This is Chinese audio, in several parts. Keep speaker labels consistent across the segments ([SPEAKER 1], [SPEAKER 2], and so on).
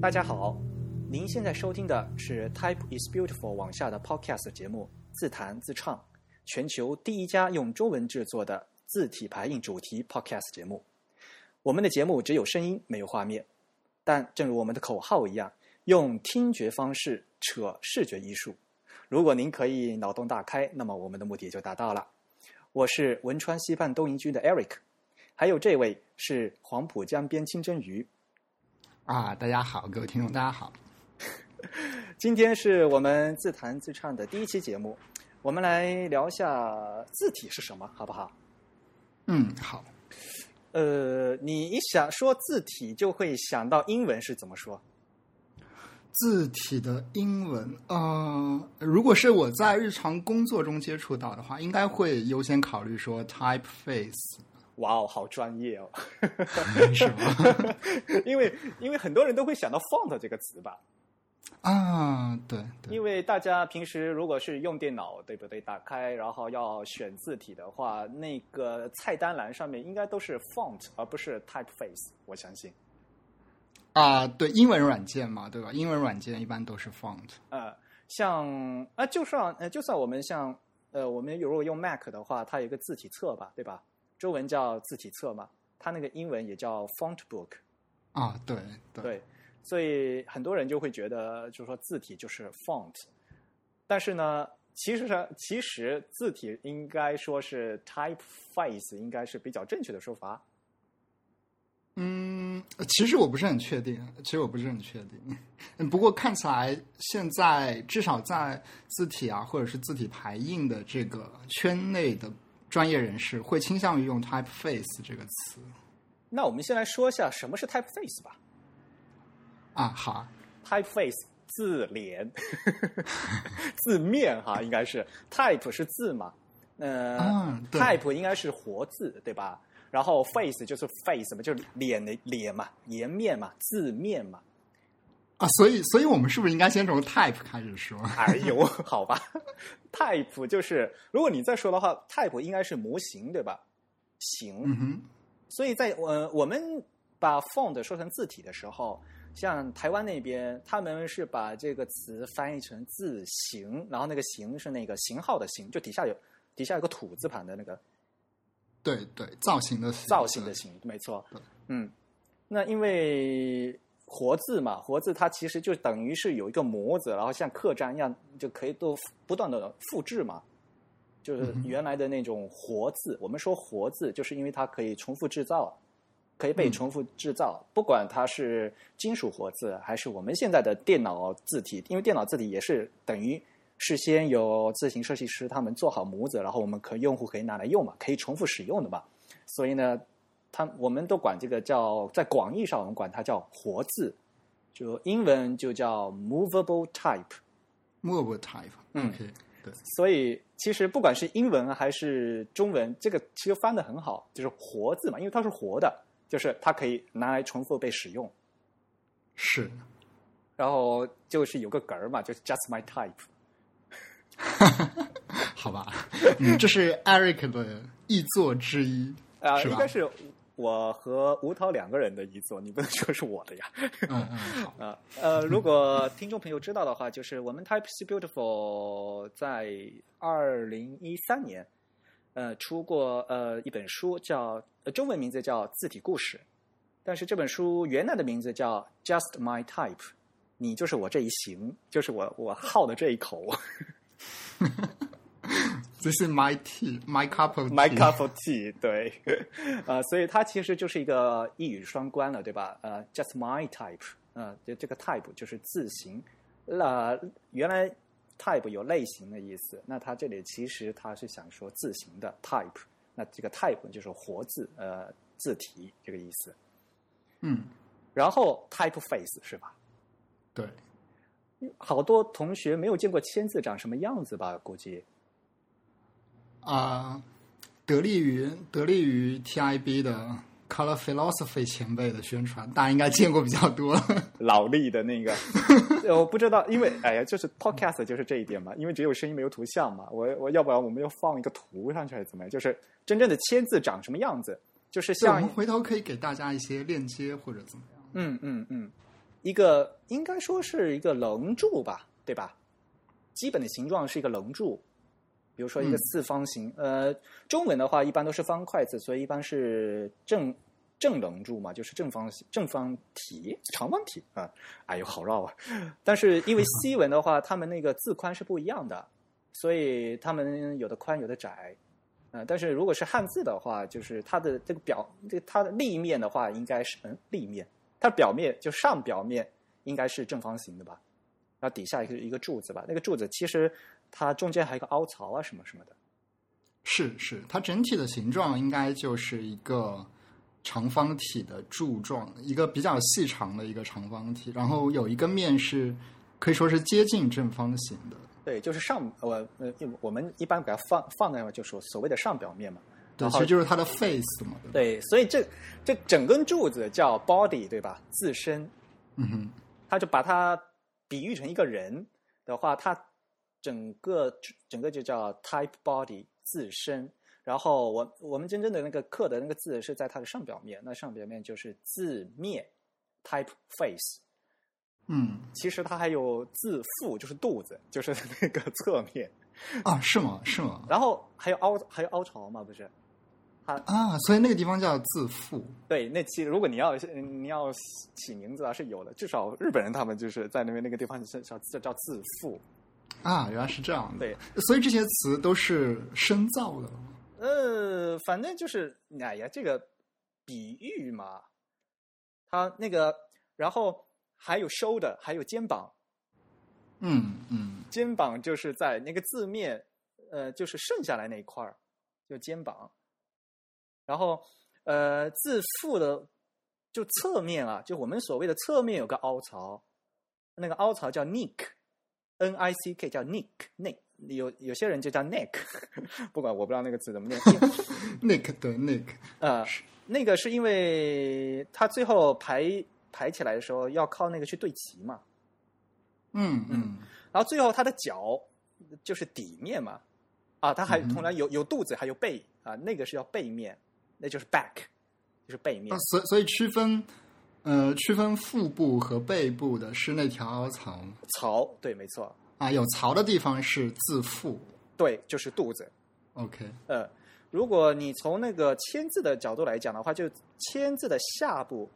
[SPEAKER 1] 大家好，您现在收听的是 Type is Beautiful 网下的 Podcast 节目《自弹自唱》，全球第一家用中文制作的字体排印主题 Podcast 节目。我们的节目只有声音，没有画面，但正如我们的口号一样，用听觉方式扯视觉艺术。如果您可以脑洞大开，那么我们的目的就达到了。我是汶川西畔东营区的 Eric，还有这位是黄浦江边清蒸鱼。
[SPEAKER 2] 啊，大家好，各位听众，大家好。
[SPEAKER 1] 今天是我们自弹自唱的第一期节目，我们来聊一下字体是什么，好不好？
[SPEAKER 2] 嗯，好。
[SPEAKER 1] 呃，你一想说字体，就会想到英文是怎么说？
[SPEAKER 2] 字体的英文，呃，如果是我在日常工作中接触到的话，应该会优先考虑说 typeface，
[SPEAKER 1] 哇哦，好专业哦！
[SPEAKER 2] 是吗？
[SPEAKER 1] 因为因为很多人都会想到 font 这个词吧，
[SPEAKER 2] 啊，对对，
[SPEAKER 1] 因为大家平时如果是用电脑，对不对？打开然后要选字体的话，那个菜单栏上面应该都是 font 而不是 typeface，我相信。
[SPEAKER 2] 啊，对，英文软件嘛，对吧？英文软件一般都是 font。
[SPEAKER 1] 呃，像啊、就算呃，就算我们像呃，我们如果用 Mac 的话，它有一个字体册吧，对吧？中文叫字体册嘛，它那个英文也叫 font book，
[SPEAKER 2] 啊，对对
[SPEAKER 1] 对，所以很多人就会觉得，就是说字体就是 font，但是呢，其实上其实字体应该说是 typeface，应该是比较正确的说法。
[SPEAKER 2] 嗯，其实我不是很确定，其实我不是很确定。 嗯不过看起来现在至少在字体啊，或者是字体排印的这个圈内的专业人士，会倾向于用 typeface 这个词
[SPEAKER 1] 那我们先来说一下什么是 typeface 吧。
[SPEAKER 2] 啊。好啊，
[SPEAKER 1] typeface 字脸， 字面哈，应该是 type 是字嘛，呃、
[SPEAKER 2] 嗯对
[SPEAKER 1] t y p e 应该是活字对吧？然后 face 就是 face 嘛，就是脸的脸嘛，颜面嘛，字面嘛。
[SPEAKER 2] 啊所以所以我们是不是应该先从 type 开始说？
[SPEAKER 1] 哎呦， 好吧，type 就是如果你再说的话，type 应该是模型对吧？形，
[SPEAKER 2] 嗯哼，
[SPEAKER 1] 所以在呃我们把 font 说成字体的时候，像台湾那边他们是把这个词翻译成字形，然后那个形是那个型号的形，就底下有底下有个土字旁的那个
[SPEAKER 2] 对对，造型的
[SPEAKER 1] 造型的
[SPEAKER 2] 对
[SPEAKER 1] 形，没错
[SPEAKER 2] 对。
[SPEAKER 1] 嗯，那因为活字嘛，活字它其实就等于是有一个模子，然后像刻章一样，就可以都不断的复制嘛。就是
[SPEAKER 2] 嗯哼
[SPEAKER 1] 原来的那种活字，我们说活字，就是因为它可以重复制造，可以被
[SPEAKER 2] 嗯
[SPEAKER 1] 重复制造，不管它是金属活字还是我们现在的电脑字体，因为电脑字体也是等于事先有字形设计师他们做好模子，然后我们可以用户可以拿来用嘛，可以重复使用的嘛。所以呢，他我们都管这个叫在广义上我们管它叫活字，就英文就叫 movable type。
[SPEAKER 2] ，move type。
[SPEAKER 1] 嗯
[SPEAKER 2] OK，对，
[SPEAKER 1] 所以其实不管是英文还是中文，这个其实翻得很好，就是活字嘛，因为它是活的，就是它可以拿来重复被使用。
[SPEAKER 2] 是。
[SPEAKER 1] 然后就是有个梗儿嘛，就是 just my type。
[SPEAKER 2] 好吧，嗯，这是 Eric 的译作之一，
[SPEAKER 1] 啊、
[SPEAKER 2] 是吧
[SPEAKER 1] 应该是我和吴涛两个人的一作，你不能说是我的呀。
[SPEAKER 2] 嗯嗯，好，
[SPEAKER 1] 啊，呃，如果听众朋友知道的话，就是我们 Type C Beautiful 在二零一三年，呃，出过呃一本书叫，呃中文名字叫《字体故事》，但是这本书原来的名字叫《Just My Type》，你就是我这一行，就是我我好的这一口
[SPEAKER 2] 这是 my tea my cup of
[SPEAKER 1] ，My
[SPEAKER 2] tea
[SPEAKER 1] cup of tea，对，呃，所以它其实就是一个一语双关了，对吧？呃，Just My Type，呃，就这个 type 就是字形，那、原来 type 有类型的意思，那它这里其实它是想说字形的 type，那这个 type 就是活字，呃，字体这个意思。
[SPEAKER 2] 嗯，
[SPEAKER 1] 然后 typeface 是吧？
[SPEAKER 2] 对，
[SPEAKER 1] 好多同学没有见过签字长什么样子吧？估计
[SPEAKER 2] 啊、得力于得力于 TIB 的 Color Philosophy 前辈的宣传，大家应该见过比较多。
[SPEAKER 1] 老力的那个，呃我不知道，因为哎呀，就是 podcast 就是这一点嘛，因为只有声音没有图像嘛。我我要不然我们要放一个图上去还是怎么样？就是真正的签字长什么样子，就是
[SPEAKER 2] 对，我
[SPEAKER 1] 像
[SPEAKER 2] 们回头可以给大家一些链接或者怎么样。
[SPEAKER 1] 嗯嗯嗯，一个应该说是一个棱柱吧，对吧？基本的形状是一个棱柱，比如说一个
[SPEAKER 2] 嗯
[SPEAKER 1] 四方形。呃，中文的话一般都是方块字，所以一般是正正棱柱嘛，就是正方形正方体、长方体啊。哎呦，好绕啊！但是因为西文的话，他们那个字宽是不一样的，所以他们有的宽，有的窄。呃，但是如果是汉字的话，就是它的这个表，这个它的立面的话，应该是嗯立面，它表面就上表面应该是正方形的吧，然后底下一个一个柱子吧，那个柱子其实它中间还有一个凹槽啊什么什么的。
[SPEAKER 2] 是是，它整体的形状应该就是一个长方体的柱状，一个比较细长的一个长方体，然后有一个面是可以说是接近正方形的。
[SPEAKER 1] 对，就是上我呃我们一般给它放放在那儿，就说所谓的上表面嘛。
[SPEAKER 2] 对，
[SPEAKER 1] 然
[SPEAKER 2] 其
[SPEAKER 1] 后
[SPEAKER 2] 实就是它的 face 嘛。对吧
[SPEAKER 1] 对，所以这这整根柱子叫 body 对吧？自身，
[SPEAKER 2] 嗯哼，
[SPEAKER 1] 他就把它比喻成一个人的话，他整个整个就叫 type body 自身。然后我我们真正的那个刻的那个字是在它的上表面，那上表面就是字面 type face。
[SPEAKER 2] 嗯
[SPEAKER 1] 其实它还有字腹，就是肚子，就是那个侧面。
[SPEAKER 2] 啊，是吗？是吗？
[SPEAKER 1] 然后还有凹，还有凹槽嘛，不是？
[SPEAKER 2] 啊，所以那个地方叫自负。
[SPEAKER 1] 对，那期如果你要你要起名字啊，是有的。至少日本人他们就是在那边那个地方是叫叫叫字腹。
[SPEAKER 2] 啊，原来是这样的。
[SPEAKER 1] 对，
[SPEAKER 2] 所以这些词都是深造的。
[SPEAKER 1] 呃，反正就是，哎呀，这个比喻嘛，他那个，然后还有 shoulder，还有肩膀，
[SPEAKER 2] 嗯嗯
[SPEAKER 1] 肩膀就是在那个字面，呃，就是剩下来那一块儿，就肩膀。然后，呃，字腹的就侧面啊，就我们所谓的侧面有个凹槽，那个凹槽叫 nick，n i c k 叫 nick nick，有有些人就叫 neck，不管我不知道那个字怎么念。
[SPEAKER 2] ，Nick 对 Nick，
[SPEAKER 1] 呃，那个是因为他最后排排起来的时候要靠那个去对齐嘛，
[SPEAKER 2] 嗯嗯
[SPEAKER 1] 然后最后他的脚就是底面嘛，啊，他还
[SPEAKER 2] 嗯哼
[SPEAKER 1] 同然有有肚子，还有背啊，那个是叫背面，那就是 back，就是背面
[SPEAKER 2] 啊，。所所以区分，呃，区分腹部和背部的是那条凹槽
[SPEAKER 1] 槽，对，没错，
[SPEAKER 2] 啊，有槽的地方是自腹。
[SPEAKER 1] 对，就是肚子。
[SPEAKER 2] OK，
[SPEAKER 1] 呃，如果你从那个签字的角度来讲的话，就签字的下部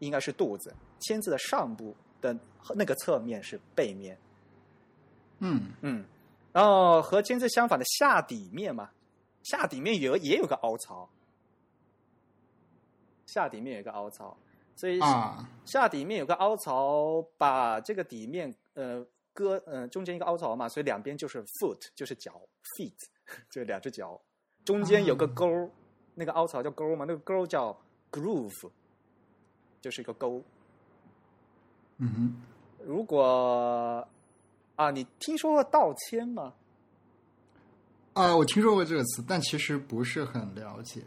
[SPEAKER 1] 应该是肚子，签字的上部的那个侧面是背面。
[SPEAKER 2] 嗯
[SPEAKER 1] 嗯，然后和签字相反的下底面嘛，下底面有也有个凹槽，下底面有个凹槽，所以
[SPEAKER 2] 啊，
[SPEAKER 1] 下底面有个凹槽，把这个底面呃割呃中间一个凹槽嘛，所以两边就是 foot 就是脚 feet 就是两只脚，中间有个
[SPEAKER 2] 啊
[SPEAKER 1] 沟儿，那个凹槽叫沟儿嘛，那个沟儿叫 groove，就是一个沟。
[SPEAKER 2] 嗯哼，
[SPEAKER 1] 如果啊，你听说过倒签吗？
[SPEAKER 2] 啊，我听说过这个词，但其实不是很了解。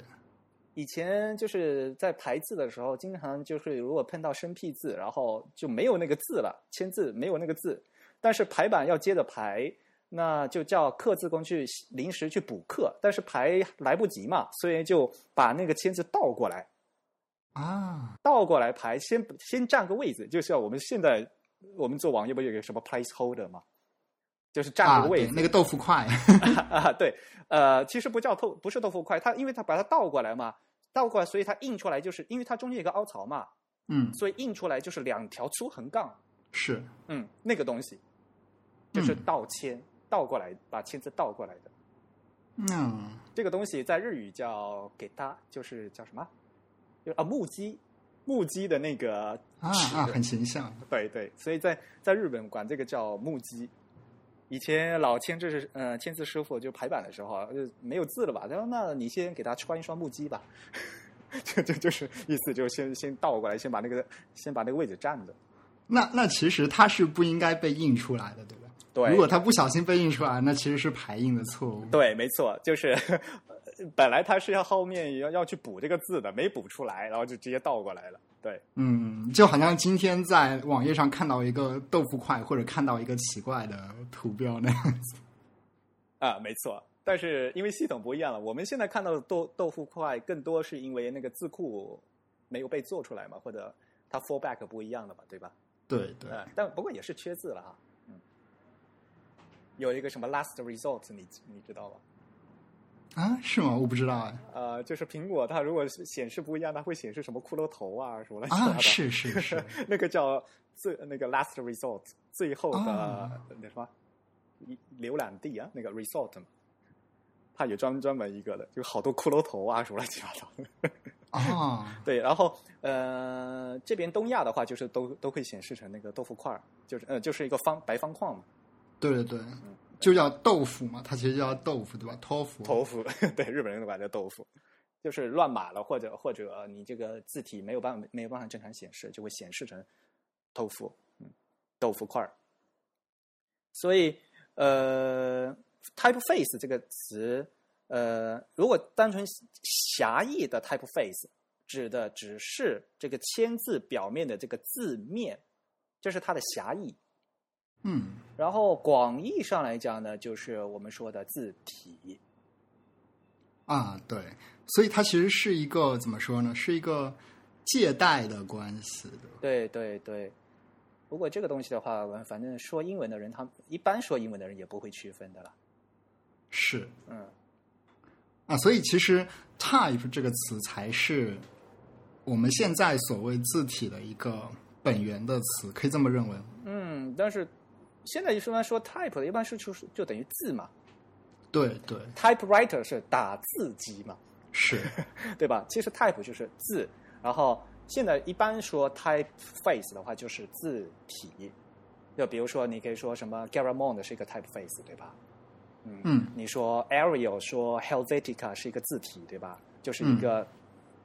[SPEAKER 1] 以前就是在排字的时候，经常就是如果碰到生僻字，然后就没有那个字了，签字没有那个字，但是排版要接着排，那就叫刻字工去临时去补课，但是排来不及嘛，所以就把那个签字倒过来，
[SPEAKER 2] 啊，
[SPEAKER 1] 倒过来排，先先占个位置，就像我们现在我们做网页不是有个什么 placeholder 嘛，就是占
[SPEAKER 2] 啊，
[SPEAKER 1] 个位
[SPEAKER 2] 对，
[SPEAKER 1] 置。
[SPEAKER 2] 那个豆腐块，
[SPEAKER 1] 啊，对，呃，其实不叫豆，不是豆腐块，它因为它把它倒过来嘛，倒过来，所以它印出来就是因为它中间有个凹槽嘛，
[SPEAKER 2] 嗯，
[SPEAKER 1] 所以印出来就是两条粗横杠，
[SPEAKER 2] 是，
[SPEAKER 1] 嗯，那个东西就是
[SPEAKER 2] 嗯
[SPEAKER 1] 倒签，倒过来把签字倒过来的。
[SPEAKER 2] 嗯
[SPEAKER 1] 这个东西在日语叫给它，就是叫什么？就是啊木屐，木屐的那个
[SPEAKER 2] 啊
[SPEAKER 1] 尺
[SPEAKER 2] 啊，很形象。
[SPEAKER 1] 对对，所以在在日本管这个叫木屐。以前老签字是呃签字师傅就排版的时候啊就没有字了吧？他说那你先给他穿一双木屐吧， 就就就是意思就是先先倒过来，先把那个先把那个位置占着。
[SPEAKER 2] 那那其实它是不应该被印出来的，对吧？
[SPEAKER 1] 对，
[SPEAKER 2] 如果它不小心被印出来，那其实是排印的错误。
[SPEAKER 1] 对，没错，就是本来他是要后面要要去补这个字的，没补出来，然后就直接倒过来了。对，
[SPEAKER 2] 嗯，就好像今天在网页上看到一个豆腐块，或者看到一个奇怪的图标那样子。
[SPEAKER 1] 啊，没错。但是因为系统不一样了，我们现在看到的豆豆腐块更多是因为那个字库没有被做出来嘛，或者它 fallback 不一样了嘛，对吧？
[SPEAKER 2] 对对，
[SPEAKER 1] 呃，但不过也是缺字了哈。嗯，有一个什么 last resort，你你知道吗？
[SPEAKER 2] 啊，是吗？我不知道哎。
[SPEAKER 1] 呃，就是苹果它如果是显示不一样，它会显示什么骷髅头啊什么乱七八糟
[SPEAKER 2] 啊，
[SPEAKER 1] 的。
[SPEAKER 2] 是是是，
[SPEAKER 1] 那个叫最那个 last resort 最后的、
[SPEAKER 2] 啊
[SPEAKER 1] 那什么浏览地啊，那个 resort 嘛，它有专门专门一个的，就好多骷髅头啊什么乱七八糟的。
[SPEAKER 2] 啊，
[SPEAKER 1] 对，然后呃，这边东亚的话，就是都都会显示成那个豆腐块儿，就是呃，就是一个方白方框嘛，
[SPEAKER 2] 对对对，就叫豆腐嘛，它其实叫豆腐对吧？豆腐，
[SPEAKER 1] 豆腐， 对，日本人都管它叫豆腐，就是乱码了，或者或者你这个字体没有办法没有办法正常显示，就会显示成豆腐，嗯，豆腐块儿。所以呃，typeface 这个词，呃，如果单纯狭义的 typeface，指的只是这个签字表面的这个字面，这是它的狭义。
[SPEAKER 2] 嗯，
[SPEAKER 1] 然后广义上来讲呢，就是我们说的字体。
[SPEAKER 2] 啊，对，所以它其实是一个怎么说呢？是一个借贷的关系的。
[SPEAKER 1] 对对对，不过这个东西的话，我们反正说英文的人，他一般说英文的人也不会区分的啦。
[SPEAKER 2] 是
[SPEAKER 1] 嗯，
[SPEAKER 2] 啊，所以其实 type 这个词才是我们现在所谓字体的一个本源的词，可以这么认为吗。
[SPEAKER 1] 嗯，但是现在一般说 type 的，一般是就是就等于字嘛
[SPEAKER 2] 对对，
[SPEAKER 1] ，typewriter 是打字机嘛，
[SPEAKER 2] 是
[SPEAKER 1] 对吧？其实 type 就是字，然后现在一般说 typeface 的话就是字体，就比如说你可以说什么 Garamond 是一个 typeface，对吧？嗯
[SPEAKER 2] 嗯
[SPEAKER 1] 你说 Arial 说 Helvetica 是一个字体，对吧？就是
[SPEAKER 2] 嗯
[SPEAKER 1] 一个、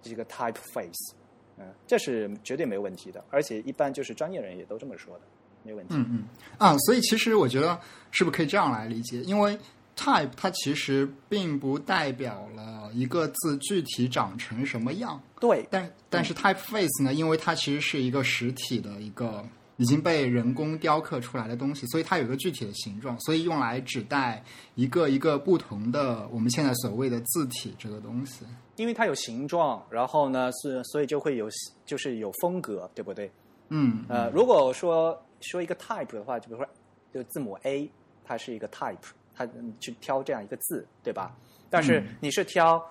[SPEAKER 1] 一个 typeface，嗯，这是绝对没问题的，而且一般就是专业人也都这么说的，没问题。
[SPEAKER 2] 嗯嗯啊，所以其实我觉得是不是可以这样来理解？因为 type 它其实并不代表了一个字具体长成什么样，
[SPEAKER 1] 对，
[SPEAKER 2] 但但
[SPEAKER 1] 嗯
[SPEAKER 2] 是 typeface 呢，因为它其实是一个实体的一个已经被人工雕刻出来的东西，所以它有一个具体的形状，所以用来指代一个一个不同的我们现在所谓的字体这个东西。
[SPEAKER 1] 因为它有形状，然后呢是所以就会有就是有风格，对不对？
[SPEAKER 2] 嗯，
[SPEAKER 1] 呃，如果说说一个 type 的话，就比如说就字母 A，它是一个 type，它嗯去挑这样一个字，对吧？但是
[SPEAKER 2] 嗯
[SPEAKER 1] 你是挑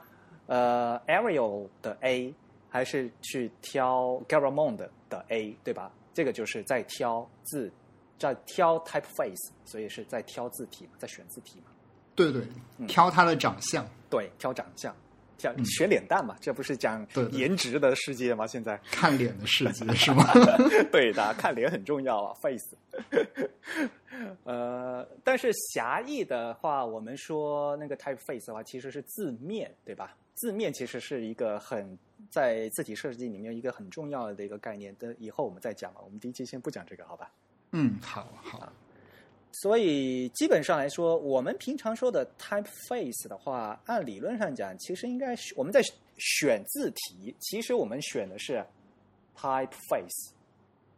[SPEAKER 1] 呃 Arial 的 A，还是去挑 Garamond 的 A，对吧？这个就是在挑字，在挑 typeface，所以是在挑字体嘛，在选字体嘛。
[SPEAKER 2] 对对，
[SPEAKER 1] 嗯
[SPEAKER 2] 挑它的长相。
[SPEAKER 1] 对，挑长相，挑选脸蛋嘛，这不是讲
[SPEAKER 2] 嗯对对
[SPEAKER 1] 颜值的世界吗？现在。
[SPEAKER 2] 看脸的 世界是吗？
[SPEAKER 1] 对的，看脸很重要啊，face。呃，但是狭义的话，我们说那个 typeface 的话，其实是字面，对吧？字面其实是一个很在字体设计里面一个很重要的一个概念，等以后我们再讲吧。我们第一期先不讲这个，好吧？
[SPEAKER 2] 嗯，好好，
[SPEAKER 1] 所以基本上来说，我们平常说的 typeface 的话，按理论上讲，其实应该是我们在选字体，其实我们选的是 typeface，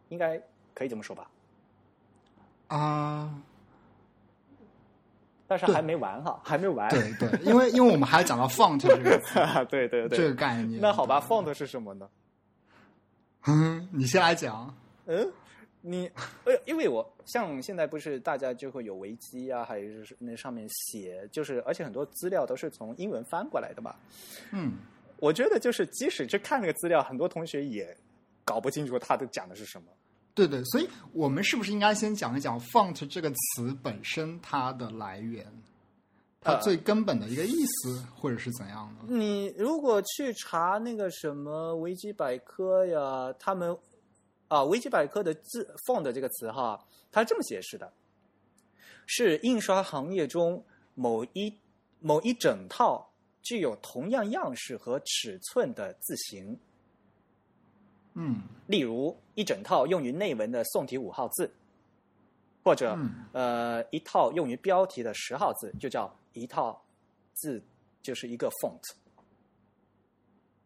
[SPEAKER 1] 应该可以这么说吧？
[SPEAKER 2] 啊、
[SPEAKER 1] 但是还没完哈，还没完。
[SPEAKER 2] 对对，因为因为我们还要讲到 font 这个词
[SPEAKER 1] 对对 对
[SPEAKER 2] 这个概念。
[SPEAKER 1] 那好吧
[SPEAKER 2] 对
[SPEAKER 1] ，font 是什么呢？
[SPEAKER 2] 嗯，你先来讲。
[SPEAKER 1] 嗯，你呃，因为我像现在不是大家就会有维基啊，还有是那上面写，就是而且很多资料都是从英文翻过来的嘛。
[SPEAKER 2] 嗯，
[SPEAKER 1] 我觉得就是即使去看那个资料，很多同学也搞不清楚他都讲的是什么。
[SPEAKER 2] 对对，所以我们是不是应该先讲一讲 font 这个词本身它的来源，它
[SPEAKER 1] 呃
[SPEAKER 2] 最根本的一个意思，或者是怎样的？
[SPEAKER 1] 你如果去查那个什么维基百科呀，他们啊，维基百科的字 “font” 这个词哈，它这么解释的：是印刷行业中某一某一整套具有同样样式和尺寸的字形，
[SPEAKER 2] 嗯
[SPEAKER 1] 例如一整套用于内文的宋体五号字，或者、
[SPEAKER 2] 嗯
[SPEAKER 1] 呃一套用于标题的十号字，就叫一套字，就是一个 font。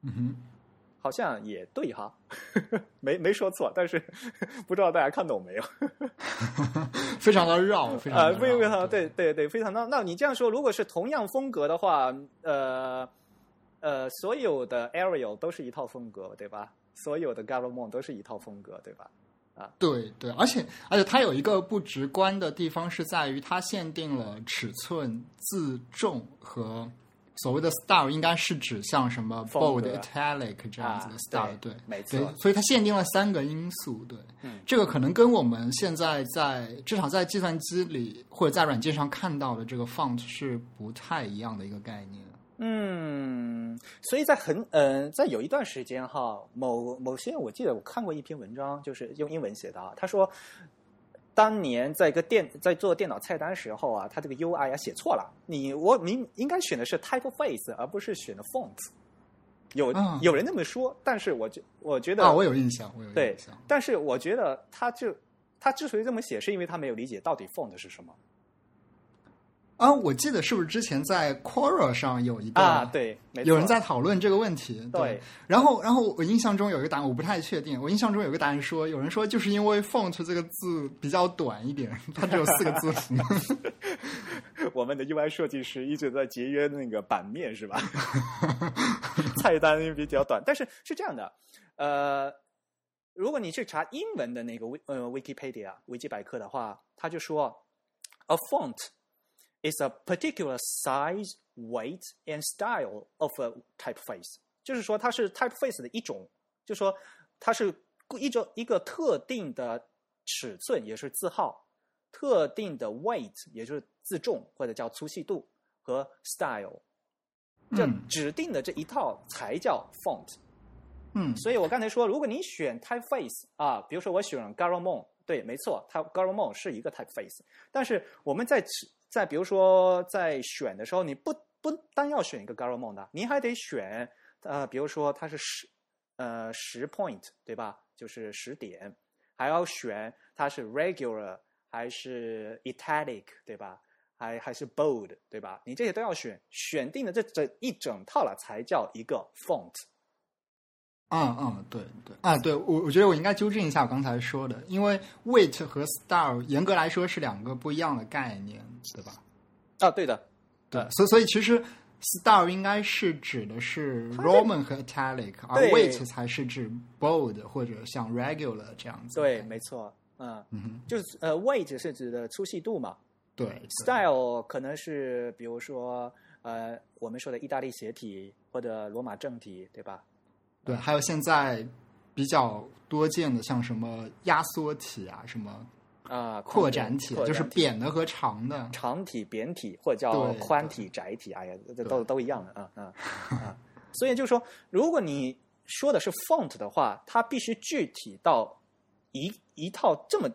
[SPEAKER 2] 嗯哼，
[SPEAKER 1] 好像也对哈， 没没说错，但是 不知道大家看懂没有？
[SPEAKER 2] 非常的绕，非常
[SPEAKER 1] 啊，
[SPEAKER 2] 的绕
[SPEAKER 1] 不用不用，对对对，非常那那你这样说，如果是同样风格的话，呃呃，所有的 Arial 都是一套风格，对吧？所有的 Garamond 都是一套风格，对吧？
[SPEAKER 2] 对对，而且而且它有一个不直观的地方是在于它限定了尺寸、字重和所谓的 style，应该是指像什么
[SPEAKER 1] 风
[SPEAKER 2] bold、
[SPEAKER 1] 格
[SPEAKER 2] italic 这样子的
[SPEAKER 1] 啊
[SPEAKER 2] style，、
[SPEAKER 1] 对
[SPEAKER 2] 对，
[SPEAKER 1] 没
[SPEAKER 2] 所以
[SPEAKER 1] 错
[SPEAKER 2] 所以它限定了三个因素，对，
[SPEAKER 1] 嗯
[SPEAKER 2] 这个可能跟我们现在在至少在计算机里或者在软件上看到的这个 font 是不太一样的一个概念。
[SPEAKER 1] 嗯，所以在很嗯、呃，在有一段时间哈，某某些我记得我看过一篇文章，就是用英文写的啊，他说当年在一个电在做电脑菜单时候啊，他这个 UI 啊写错了，你我明应该选的是 typeface 而不是选的 font。有、
[SPEAKER 2] 嗯
[SPEAKER 1] 有人那么说，但是我觉我觉得
[SPEAKER 2] 啊，我有印象，我有
[SPEAKER 1] 对
[SPEAKER 2] 印象。
[SPEAKER 1] 但是我觉得他就他之所以这么写，是因为他没有理解到底 font 是什么
[SPEAKER 2] 啊，我记得是不是之前在 Quora 上有一个
[SPEAKER 1] 啊？对，没错
[SPEAKER 2] 有人在讨论这个问题，
[SPEAKER 1] 对。
[SPEAKER 2] 然后，然后我印象中有一个答案，我不太确定。我印象中有一个答案说，有人说就是因为 font 这个字比较短一点，它只有四个 字符。
[SPEAKER 1] 我们的 UI 设计师一直在节约那个版面是吧？ 菜单比较短，但是是这样的，呃，如果你去查英文的那个 Wi 呃 Wikipedia 维基百科的话，他就说，a font is a particular size, weight and style of a typeface，就是说它是 typeface 的一种，就是说它是固一种一个特定的尺寸，也是字号，特定的 weight，也就是自重或者叫粗细度和 style，这
[SPEAKER 2] 嗯
[SPEAKER 1] 指定的这一套才叫 font。
[SPEAKER 2] 嗯
[SPEAKER 1] 所以我刚才说，如果你选 typeface 啊，比如说我选 Garamond，对，没错，它 Garamond 是一个 typeface。但是我们在吃在比如说在选的时候，你不不单要选一个 Garamond 的，你还得选呃，比如说它是十呃十 point 对吧？就是十点，还要选它是 regular 还是 italic 对吧？还还是 bold 对吧？你这些都要选，选定了这整一整套了，才叫一个 font。
[SPEAKER 2] 啊嗯，对对啊，对我我觉得我应该纠正一下我刚才说的，因为 weight 和 style 严格来说是两个不一样的概念，对吧？
[SPEAKER 1] 啊，对的，
[SPEAKER 2] 对
[SPEAKER 1] 呃，
[SPEAKER 2] 所以所以其实 style 应该是指的是
[SPEAKER 1] 它的
[SPEAKER 2] Roman 和 italic，而
[SPEAKER 1] 对
[SPEAKER 2] weight 才是指 bold 或者像 regular 这样子的概
[SPEAKER 1] 对，
[SPEAKER 2] 念。
[SPEAKER 1] 没错，嗯，
[SPEAKER 2] 嗯哼，
[SPEAKER 1] 就是呃，weight 是指的粗细度嘛
[SPEAKER 2] 对对
[SPEAKER 1] ，style 可能是比如说呃，我们说的意大利斜体或者罗马正体，对吧？
[SPEAKER 2] 对，还有现在比较多见的，像什么压缩体啊，什么
[SPEAKER 1] 啊、
[SPEAKER 2] 扩展体啊，
[SPEAKER 1] 扩
[SPEAKER 2] 就是
[SPEAKER 1] 展体
[SPEAKER 2] 扁的和长的。
[SPEAKER 1] 长体、扁体，或者叫
[SPEAKER 2] 对
[SPEAKER 1] 宽体、窄体，哎呀，这
[SPEAKER 2] 对
[SPEAKER 1] 都都一样的啊啊啊！所以就是说，如果你说的是 font 的话，它必须具体到一一套这么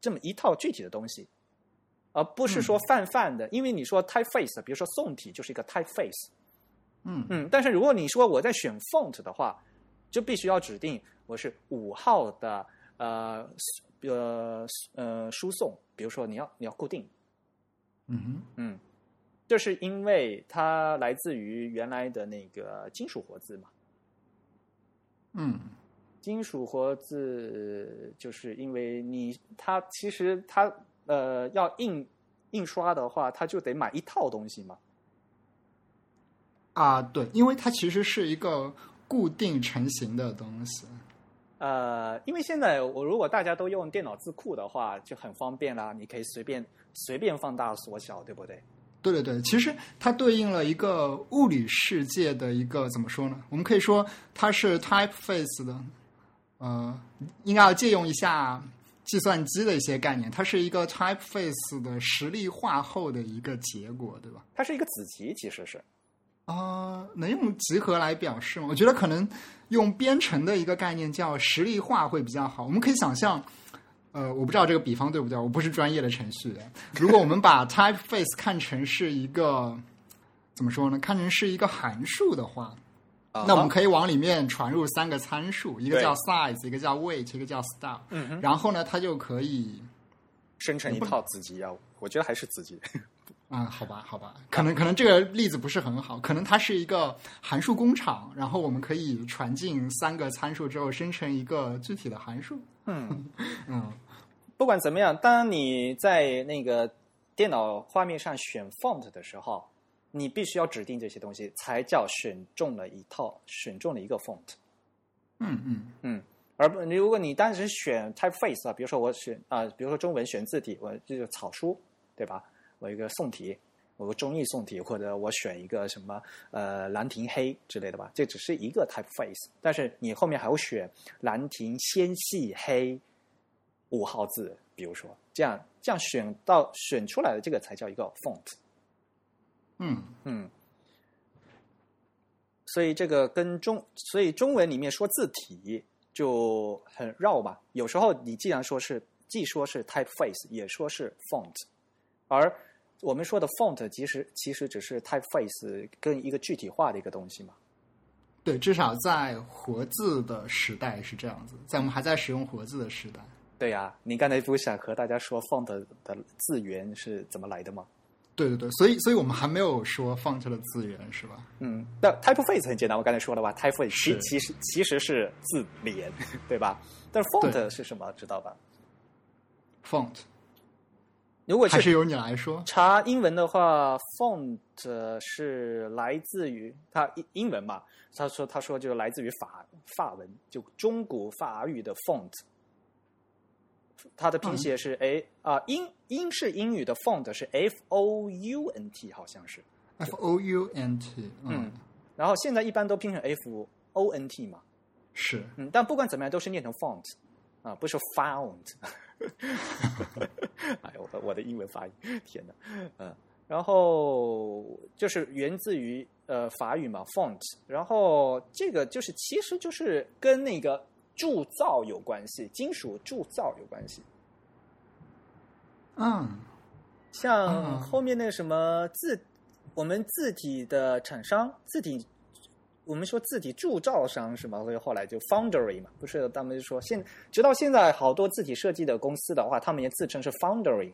[SPEAKER 1] 这么一套具体的东西，而不是
[SPEAKER 2] 嗯
[SPEAKER 1] 说泛泛的。因为你说 typeface，比如说宋体就是一个 typeface，
[SPEAKER 2] 嗯，
[SPEAKER 1] 嗯，但是如果你说我在选 font 的话，就必须要指定我是五号的呃呃呃输送，比如说你要你要固定。
[SPEAKER 2] 嗯哼，
[SPEAKER 1] 嗯，这是因为它来自于原来的那个金属活字嘛。
[SPEAKER 2] 嗯，
[SPEAKER 1] 金属活字就是因为你它其实它呃要印印刷的话，它就得买一套东西嘛。
[SPEAKER 2] 啊，对，因为它其实是一个固定成型的东西。
[SPEAKER 1] 呃，因为现在我如果大家都用电脑字库的话，就很方便啦，你可以随便随便放大缩小，对不对？
[SPEAKER 2] 对对对，其实它对应了一个物理世界的一个怎么说呢？我们可以说它是 typeface 的，呃，应该要借用一下计算机的一些概念，它是一个 typeface 的实例化后的一个结果，对吧？
[SPEAKER 1] 它是一个子集，其实是。
[SPEAKER 2] 啊、能用集合来表示吗？我觉得可能用编程的一个概念叫实例化会比较好。我们可以想象，呃，我不知道这个比方对不对，我不是专业的程序员。如果我们把 typeface 看成是一个怎么说呢？看成是一个函数的话，那我们可以往里面传入三个参数，一个
[SPEAKER 1] 啊对
[SPEAKER 2] 叫 size，一个叫 weight，一个叫 style，
[SPEAKER 1] 嗯哼
[SPEAKER 2] 然后呢，它就可以。
[SPEAKER 1] 生成一
[SPEAKER 2] 不能
[SPEAKER 1] 套子集啊，我觉得还是子集。
[SPEAKER 2] 啊、好吧，好吧，可能可能这个例子不是很好，可能它是一个函数工厂，然后我们可以传进三个参数之后生成一个具体的函数。
[SPEAKER 1] 嗯。
[SPEAKER 2] 嗯，
[SPEAKER 1] 不管怎么样，当你在那个电脑画面上选 font 的时候，你必须要指定这些东西，才叫选中了一套，选中了一个 font。
[SPEAKER 2] 嗯嗯，
[SPEAKER 1] 而不如果你当时选 typeface 啊，比如说我选啊、比如说中文选字体，我就是草书，对吧？我一个宋体，我有个中译宋体，或者我选一个什么呃兰亭黑之类的吧，这只是一个 typeface，但是你后面还有选兰亭纤细黑五号字，比如说这样这样选到选出来的这个才叫一个 font，
[SPEAKER 2] 嗯，
[SPEAKER 1] 嗯。所以这个跟中，所以中文里面说字体就很绕嘛。有时候你既然说是，既说是 typeface，也说是 font，而我们说的 font 其实其实只是 typeface 跟一个具体化的一个东西嘛。
[SPEAKER 2] 对，至少在活字的时代是这样子，在我们还在使用活字的时代，
[SPEAKER 1] 对呀、你刚才不是想和大家说 font 的字源是怎么来的吗？
[SPEAKER 2] 对对对，所以所以我们还没有说 font 的字源是吧？
[SPEAKER 1] 嗯，那 typeface 很简单，我刚才说了吧，typeface 其
[SPEAKER 2] 是
[SPEAKER 1] 其实其实是字联， 对吧？但是 font 是什么知道吧？
[SPEAKER 2] font
[SPEAKER 1] 如果
[SPEAKER 2] 还
[SPEAKER 1] 是
[SPEAKER 2] 是由你来说。
[SPEAKER 1] 查英文的话，font 是来自于它英英文嘛？他说他说就是来自于法法文，就中古法语的 font，它的拼写是 a 啊、英英式英语的 font 是 f o u n t 好像是，
[SPEAKER 2] f o u n t，
[SPEAKER 1] 嗯，然后现在一般都拼成 f o n t 嘛，
[SPEAKER 2] 是
[SPEAKER 1] 嗯，但不管怎么样都是念成 font 啊，不是 found。哎呦，我的英文发音，天哪，嗯，然后就是源自于呃法语嘛，font，然后这个就是其实就是跟那个铸造有关系，金属铸造有关系，
[SPEAKER 2] 嗯，
[SPEAKER 1] 像
[SPEAKER 2] 啊
[SPEAKER 1] 后面那个什么字，我们字体的厂商，字体，我们说字体铸造商是吗？所以后来就 foundry 嘛，不是他们就说现，直到现在好多字体设计的公司的话，他们也自称是 foundry。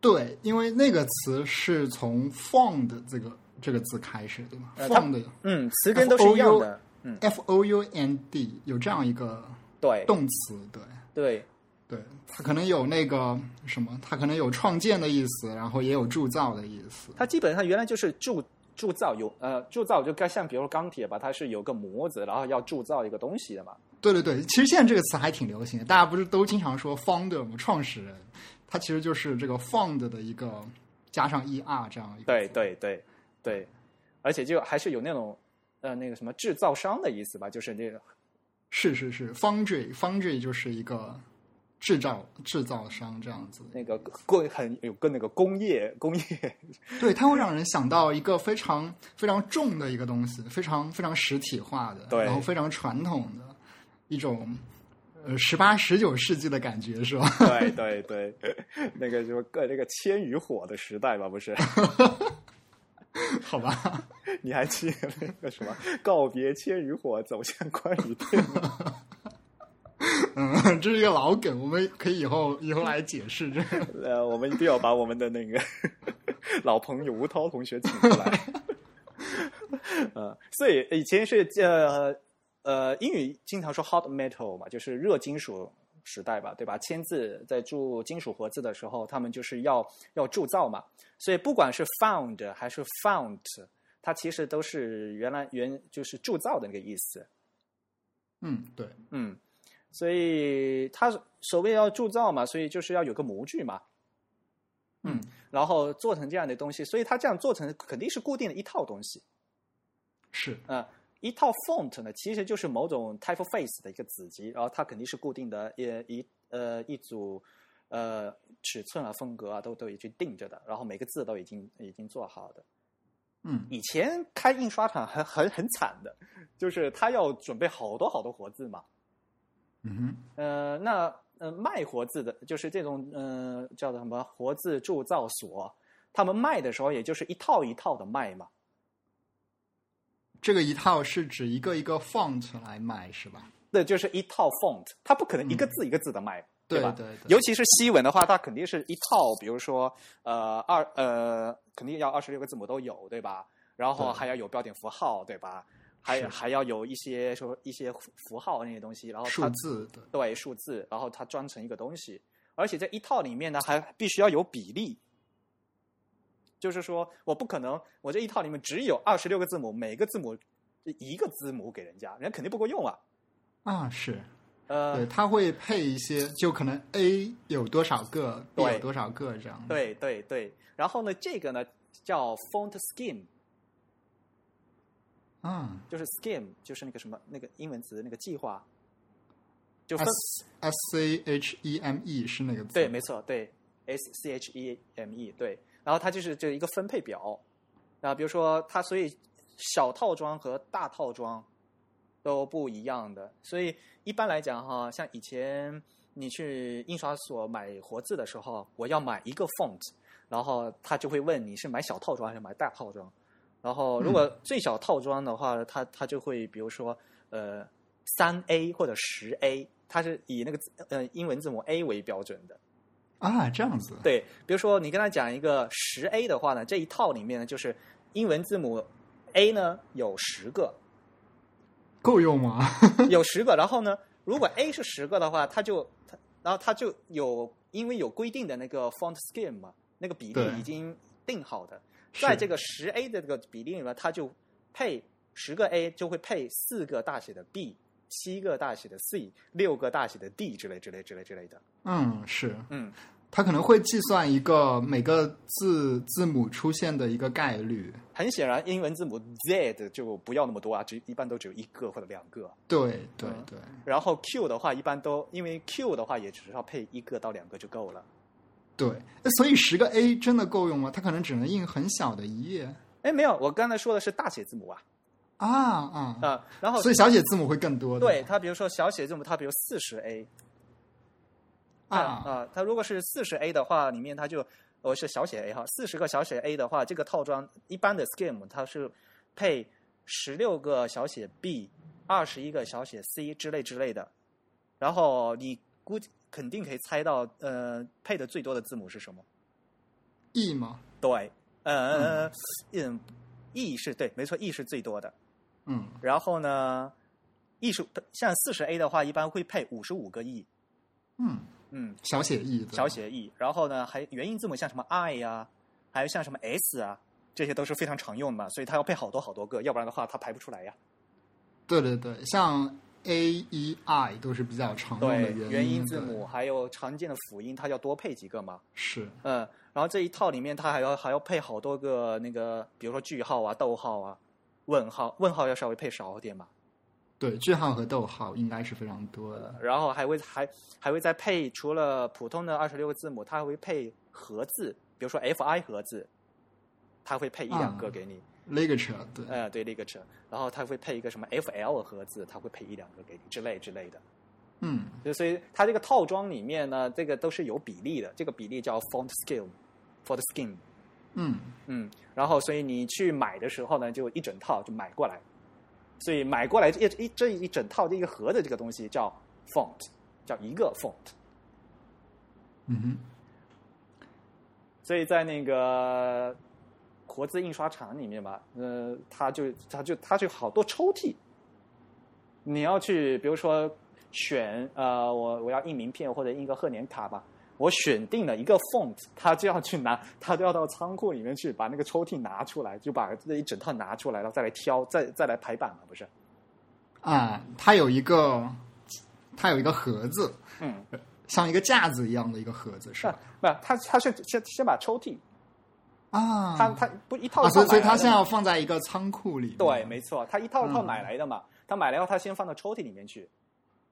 [SPEAKER 2] 对，因为那个词是从 fond 这个这个字开始，对吗
[SPEAKER 1] 呃它
[SPEAKER 2] ？fond
[SPEAKER 1] 嗯，词根都是一样
[SPEAKER 2] F O
[SPEAKER 1] 的。嗯，
[SPEAKER 2] f o u n d 有这样一个
[SPEAKER 1] 对
[SPEAKER 2] 动词，对
[SPEAKER 1] 对
[SPEAKER 2] 对，它可能有那个什么，它可能有创建的意思，然后也有铸造的意思。
[SPEAKER 1] 它基本上原来就是铸铸造有呃铸造就该像比如说钢铁吧，它是有个模子，然后要铸造一个东西的嘛。
[SPEAKER 2] 对对对，其实现在这个词还挺流行的，大家不是都经常说 founder 吗？创始人，它其实就是这个 fond 的一个加上 er 这样一个
[SPEAKER 1] 对
[SPEAKER 2] 词
[SPEAKER 1] 对对对，而且就还是有那种呃那个什么制造商的意思吧，就是那个
[SPEAKER 2] 是是是，foundry foundry 就是一个制造制造商这样子，
[SPEAKER 1] 那个工很有跟那个工业工业，
[SPEAKER 2] 对，它会让人想到一个非常非常重的一个东西，非常非常实体化的，
[SPEAKER 1] 对
[SPEAKER 2] 然后非常传统的一种呃十八十九世纪的感觉是吧？
[SPEAKER 1] 对对对，那个什么呃那个铅与火的时代吧，不是？
[SPEAKER 2] 好吧，
[SPEAKER 1] 你还记得那个什么告别铅与火，走向关于电吗？
[SPEAKER 2] 嗯，这是一个老梗，我们可以以后以后来解释这个。
[SPEAKER 1] 呃，我们一定要把我们的那个 老朋友吴涛同学请过来。呃，所以以前是呃呃英语经常说 hot metal 嘛，就是热金属时代吧，对吧？签字在铸金属活字的时候，他们就是要要铸造嘛，所以不管是 found 还是 fount，它其实都是原来原就是铸造的那个意思。
[SPEAKER 2] 嗯，对，
[SPEAKER 1] 嗯，所以它所谓要铸造嘛，所以就是要有个模具嘛。
[SPEAKER 2] 嗯，
[SPEAKER 1] 然后做成这样的东西，所以它这样做成肯定是固定的一套东西。
[SPEAKER 2] 是
[SPEAKER 1] 啊、一套 font 呢，其实就是某种 typeface 的一个子集，然后它肯定是固定的，呃一呃一组呃尺寸啊、风格啊都都已经定着的，然后每个字都已经已经做好的。
[SPEAKER 2] 嗯
[SPEAKER 1] 以前开印刷厂很很很惨的，就是他要准备好多好多活字嘛，
[SPEAKER 2] 嗯哼，
[SPEAKER 1] 呃，那呃卖活字的，就是这种呃叫做什么活字铸造所，他们卖的时候也就是一套一套的卖嘛。
[SPEAKER 2] 这个一套是指一个一个 font 来卖是吧？
[SPEAKER 1] 对，就是一套 font，它不可能一个字一个字的卖，
[SPEAKER 2] 嗯对
[SPEAKER 1] 吧？
[SPEAKER 2] 对对，
[SPEAKER 1] 尤其是西文的话，它肯定是一套，比如说呃二呃，肯定要二十六个字母都有，对吧？然后
[SPEAKER 2] 对
[SPEAKER 1] 还要有标点符号，对吧？还
[SPEAKER 2] 是
[SPEAKER 1] 还要有一些说一些符号那些东西，然后它
[SPEAKER 2] 数字对。
[SPEAKER 1] 对数字，然后它装成一个东西，而且在一套里面呢，还必须要有比例，就是说我不可能我这一套里面只有二十六个字母，每个字母一个字母给人家，人家肯定不够用啊。
[SPEAKER 2] 啊，是，对，
[SPEAKER 1] 呃，
[SPEAKER 2] 它会配一些，就可能 A 有多少个，B
[SPEAKER 1] 对
[SPEAKER 2] 有多少个这样。，
[SPEAKER 1] 对对对。然后呢，这个呢叫 font scheme，
[SPEAKER 2] 嗯
[SPEAKER 1] 就是 scheme，就是那个什么那个英文词那个计划，就分
[SPEAKER 2] ，S S C H E M E 是那个字。
[SPEAKER 1] 对，没错，对，S C H E M E，对。然后它就是这一个分配表，啊，比如说它所以小套装和大套装都不一样的，所以一般来讲哈，像以前你去印刷所买活字的时候，我要买一个 font，然后他就会问你是买小套装还是买大套装，然后如果最小套装的话，它它就会比如说呃三 A 或者十 A，它是以那个字呃英文字母 A 为标准的。
[SPEAKER 2] 啊，这样子。
[SPEAKER 1] 对，比如说你跟他讲一个十 A 的话呢，这一套里面呢就是英文字母 A 呢有十个，
[SPEAKER 2] 够用吗？
[SPEAKER 1] 有十个。然后呢，如果 A 是十个的话，它就它，然后它就有因为有规定的那个 font scheme 嘛，那个比例
[SPEAKER 2] 对
[SPEAKER 1] 已经定好的，在这
[SPEAKER 2] 个
[SPEAKER 1] 个十 A 的这个比例里面，它就配十个 A 就会配四个大写的 B。七个大写的 C，六个大写的 D 之类之类之类之类的，
[SPEAKER 2] 嗯是，
[SPEAKER 1] 嗯，
[SPEAKER 2] 它可能会计算一个每个字字母出现的一个概率。
[SPEAKER 1] 很显然，英文字母 Z 就不要那么多啊，只一般都只有一个或者两个。
[SPEAKER 2] 对对
[SPEAKER 1] 嗯
[SPEAKER 2] 对，
[SPEAKER 1] 然后 Q 的话，一般都因为 Q 的话也只是要配一个到两个就够了。
[SPEAKER 2] 对，诶所以十个 A 真的够用吗？它可能只能印很小的一页
[SPEAKER 1] 哎，没有，我刚才说的是大写字母啊
[SPEAKER 2] 啊啊，
[SPEAKER 1] 啊、然后
[SPEAKER 2] 所以小写字母会更多的。
[SPEAKER 1] 对它，比如说小写字母，它比如四十 A
[SPEAKER 2] 啊
[SPEAKER 1] 啊，它如果是四十 A 的话，里面它就我是小写 A 哈，四十个小写 A 的话，这个套装一般的 scheme 它是配十六个小写 B，二十一个小写 C 之类之类的。然后你估计肯定可以猜到，呃，配的最多的字母是什么？
[SPEAKER 2] ，E 吗？
[SPEAKER 1] 对，呃，嗯，E 是对，没错，E 是最多的。
[SPEAKER 2] 嗯
[SPEAKER 1] 然后呢，E 是像四十 A 的话，一般会配五十五个 E，
[SPEAKER 2] 嗯，
[SPEAKER 1] 嗯，
[SPEAKER 2] 小写 E 对
[SPEAKER 1] 小写 E。然后呢，还元音字母像什么 I 呀、还有像什么 S 啊，这些都是非常常用的嘛，所以它要配好多好多个，要不然的话它排不出来呀。
[SPEAKER 2] 对对对，像 A E I 都是比较常用
[SPEAKER 1] 对
[SPEAKER 2] 的，
[SPEAKER 1] 元
[SPEAKER 2] 音
[SPEAKER 1] 音字
[SPEAKER 2] 的
[SPEAKER 1] 母还有常见的辅音，它要多配几个嘛。
[SPEAKER 2] 是
[SPEAKER 1] 嗯，然后这一套里面它还要还要配好多个那个，比如说句号啊、逗号啊、问号，问号要稍微配少一点嘛。
[SPEAKER 2] 对句号和逗号应该是非常多的。
[SPEAKER 1] 然后还会还还会再配，除了普通的二十六个字母，它还会配合字，比如说 fi 合字，它会配一两个
[SPEAKER 2] 啊
[SPEAKER 1] 给你，
[SPEAKER 2] Ligature 对，
[SPEAKER 1] 呃，对 l i g a t u r 然后它会配一个什么 fl 合字，它会配一两个给你之类之类的。
[SPEAKER 2] 嗯
[SPEAKER 1] 就所以它这个套装里面呢，这个都是有比例的，这个比例叫 font scheme，font scheme。
[SPEAKER 2] 嗯，
[SPEAKER 1] 嗯，然后所以你去买的时候呢，就一整套就买过来，所以买过来这一一这一整套这一个盒的这个东西叫 font，叫一个 font。
[SPEAKER 2] 嗯哼，
[SPEAKER 1] 所以在那个活字印刷厂里面吧，呃，它就它就它就好多抽屉，你要去，比如说选呃，我我要印名片或者印个贺年卡吧，我选定了一个 font，他就要去拿，他就要到仓库里面去把那个抽屉拿出来，就把这一整套拿出来，然后再来挑，再再来排版嘛，不是？
[SPEAKER 2] 啊，它有一个它有一个盒子，
[SPEAKER 1] 嗯，
[SPEAKER 2] 像一个架子一样的一个盒子是
[SPEAKER 1] 那
[SPEAKER 2] 吧？
[SPEAKER 1] 那他他是先先把抽屉，
[SPEAKER 2] 啊，
[SPEAKER 1] 他他不一套一
[SPEAKER 2] 啊，
[SPEAKER 1] 套
[SPEAKER 2] 所以所以
[SPEAKER 1] 买
[SPEAKER 2] 它
[SPEAKER 1] 来
[SPEAKER 2] 现在
[SPEAKER 1] 的
[SPEAKER 2] 要放在一个仓库里面。
[SPEAKER 1] 对，没错，他一套一套
[SPEAKER 2] 嗯
[SPEAKER 1] 买来的嘛，他买来以后他先放到抽屉里面去，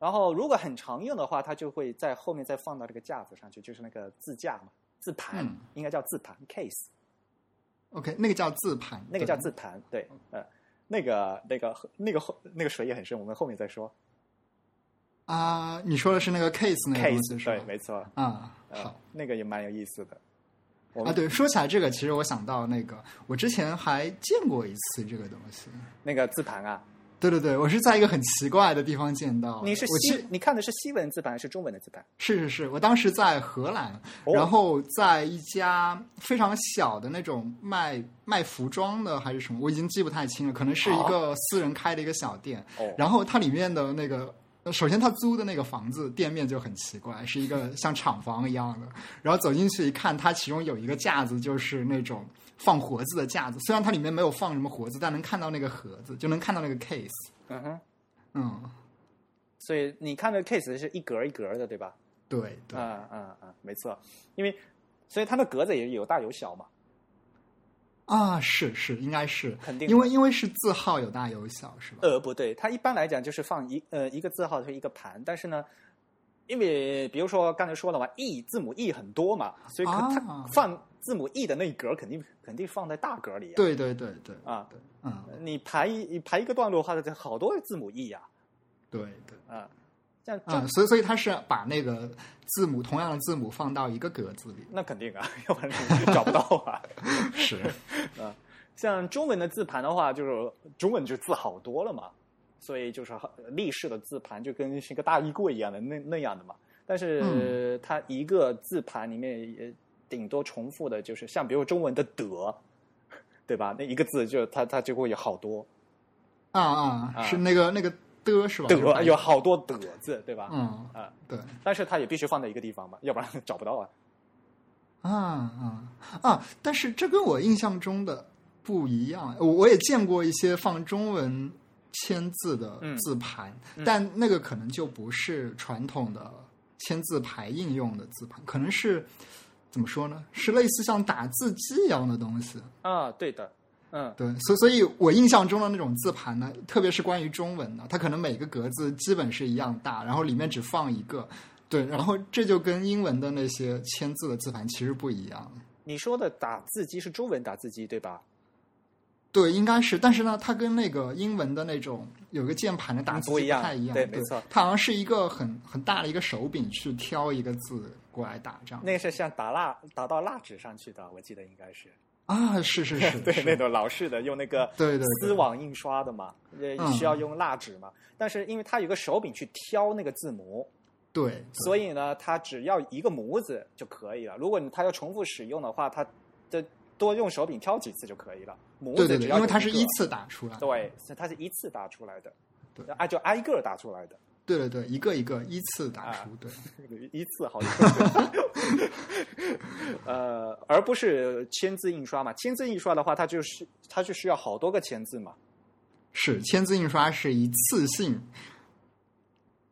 [SPEAKER 1] 然后如果很常用的话，他就会在后面再放到这个架子上去，就是那个字架嘛，字盘、
[SPEAKER 2] 嗯
[SPEAKER 1] 应该叫字盘 case，
[SPEAKER 2] OK，那个叫字盘，
[SPEAKER 1] 那个叫
[SPEAKER 2] 对嗯
[SPEAKER 1] 字盘，对，呃，那个那个那个后那个水也很深，我们后面再说
[SPEAKER 2] 啊。你说的是那个 case 那个东西
[SPEAKER 1] case，
[SPEAKER 2] 是吧
[SPEAKER 1] 对，？没错，
[SPEAKER 2] 啊，
[SPEAKER 1] 呃
[SPEAKER 2] 好。，
[SPEAKER 1] 那个也蛮有意思的，我
[SPEAKER 2] 啊，
[SPEAKER 1] 们
[SPEAKER 2] 对，说起来这个，其实我想到那个，我之前还见过一次这个东西。
[SPEAKER 1] 那个字盘啊，
[SPEAKER 2] 对对对，我是在一个很奇怪的地方见到的。
[SPEAKER 1] 你是
[SPEAKER 2] 我
[SPEAKER 1] 西
[SPEAKER 2] 去
[SPEAKER 1] 你看的是西文字盘还是中文的字盘？
[SPEAKER 2] 是是是，我当时在荷兰，
[SPEAKER 1] 哦
[SPEAKER 2] 然后在一家非常小的那种卖卖服装的还是什么，我已经记不太清了，可能是一个私人开的一个小店。
[SPEAKER 1] 哦，
[SPEAKER 2] 然后它里面的那个，呃首先它租的那个房子店面就很奇怪，是一 个像厂房一样的。然后走进去一看，它其中有一个架子，就是那种放活字的架子，虽然它里面没有放什么活字，但能看到那个盒子，就能看到那个 case。
[SPEAKER 1] 嗯哼。
[SPEAKER 2] 嗯，
[SPEAKER 1] 嗯所以你看的 case 是一格一格的，对吧？
[SPEAKER 2] 对对，
[SPEAKER 1] 啊啊啊，没错，因为所以它的格子也有大有小嘛，
[SPEAKER 2] 啊，是是，应该是，
[SPEAKER 1] 肯定
[SPEAKER 2] 因为因为是字号有大有小，是吧？
[SPEAKER 1] 呃，不对，它一般来讲就是放一呃一个字号和一个盘，但是呢，因为比如说刚才说了嘛，e 字母 e 很多嘛，所以可
[SPEAKER 2] 啊
[SPEAKER 1] 它放字母 e 的那一格肯定肯定放在大格里、啊。
[SPEAKER 2] 对对对对，
[SPEAKER 1] 啊，
[SPEAKER 2] 对，嗯，
[SPEAKER 1] 你排一你排一个段落的话，这好多字母 e 呀、
[SPEAKER 2] 对对，
[SPEAKER 1] 啊，这样这样、
[SPEAKER 2] 嗯，所以所以他是把那个字母同样的字母放到一个格子里，
[SPEAKER 1] 那肯定啊， 要不然你找不到啊。
[SPEAKER 2] 是，
[SPEAKER 1] 像中文的字盘的话，就是中文就字好多了嘛，所以就是好立式的字盘就跟是一个大衣柜一样的那那样的嘛。但是它一个字盘里面也顶多重复的就是像比如中文的“德”，对吧？那一个字就它它就会有好多
[SPEAKER 2] 啊啊，
[SPEAKER 1] 啊
[SPEAKER 2] 是那个那个的是
[SPEAKER 1] “
[SPEAKER 2] 吧？
[SPEAKER 1] 德
[SPEAKER 2] 哦就”，把
[SPEAKER 1] 有好多“德”字，对吧？
[SPEAKER 2] 嗯
[SPEAKER 1] 啊，
[SPEAKER 2] 对，
[SPEAKER 1] 但是它也必须放在一个地方嘛，要不然 找不到啊。
[SPEAKER 2] 啊啊啊！但是这跟我印象中的不一样，我我也见过一些放中文签字的
[SPEAKER 1] 嗯
[SPEAKER 2] 字盘，
[SPEAKER 1] 嗯
[SPEAKER 2] 但那个可能就不是传统的签字牌应用的字盘，可能是怎么说呢？是类似像打字机一样的东西。
[SPEAKER 1] 啊，对的，嗯，
[SPEAKER 2] 对，所所以，我印象中的那种字盘呢，特别是关于中文的，它可能每个格子基本是一样大，然后里面只放一个。对，然后这就跟英文的那些签字的字盘其实不一样。
[SPEAKER 1] 你说的打字机是中文打字机对吧？
[SPEAKER 2] 对，应该是，但是呢，它跟那个英文的那种有个键盘的打字
[SPEAKER 1] 不一样
[SPEAKER 2] 太一样，
[SPEAKER 1] 对
[SPEAKER 2] 对，
[SPEAKER 1] 没错
[SPEAKER 2] 它好像是一个很很大的一个手柄去挑一个字过来打这样。
[SPEAKER 1] 那个是像打蜡打到蜡纸上去的，我记得应该是。
[SPEAKER 2] 啊，是 是 是，
[SPEAKER 1] 对
[SPEAKER 2] 是，
[SPEAKER 1] 那种老式的用那个
[SPEAKER 2] 对对对
[SPEAKER 1] 丝网印刷的嘛，也
[SPEAKER 2] 嗯
[SPEAKER 1] 需要用蜡纸嘛。但是因为它有个手柄去挑那个字母，
[SPEAKER 2] 对，对
[SPEAKER 1] 所以呢，它只要一个模子就可以了。如果你它要重复使用的话，它的多用手柄挑几次就可以了。模
[SPEAKER 2] 对
[SPEAKER 1] 子
[SPEAKER 2] 对
[SPEAKER 1] 只
[SPEAKER 2] 对，
[SPEAKER 1] 要
[SPEAKER 2] 因
[SPEAKER 1] 有
[SPEAKER 2] 为它是
[SPEAKER 1] 个
[SPEAKER 2] 一，次打出来，
[SPEAKER 1] 对，是它是一次打出来的，
[SPEAKER 2] 对
[SPEAKER 1] 啊，就挨个儿打出来的，
[SPEAKER 2] 对对对，一个一个依次打
[SPEAKER 1] 啊
[SPEAKER 2] 出，对，
[SPEAKER 1] 一次好几个。 呃，而不是签字印刷嘛，签字印刷的话，它就是它就需要好多个签字嘛。
[SPEAKER 2] 是签字印刷是一次性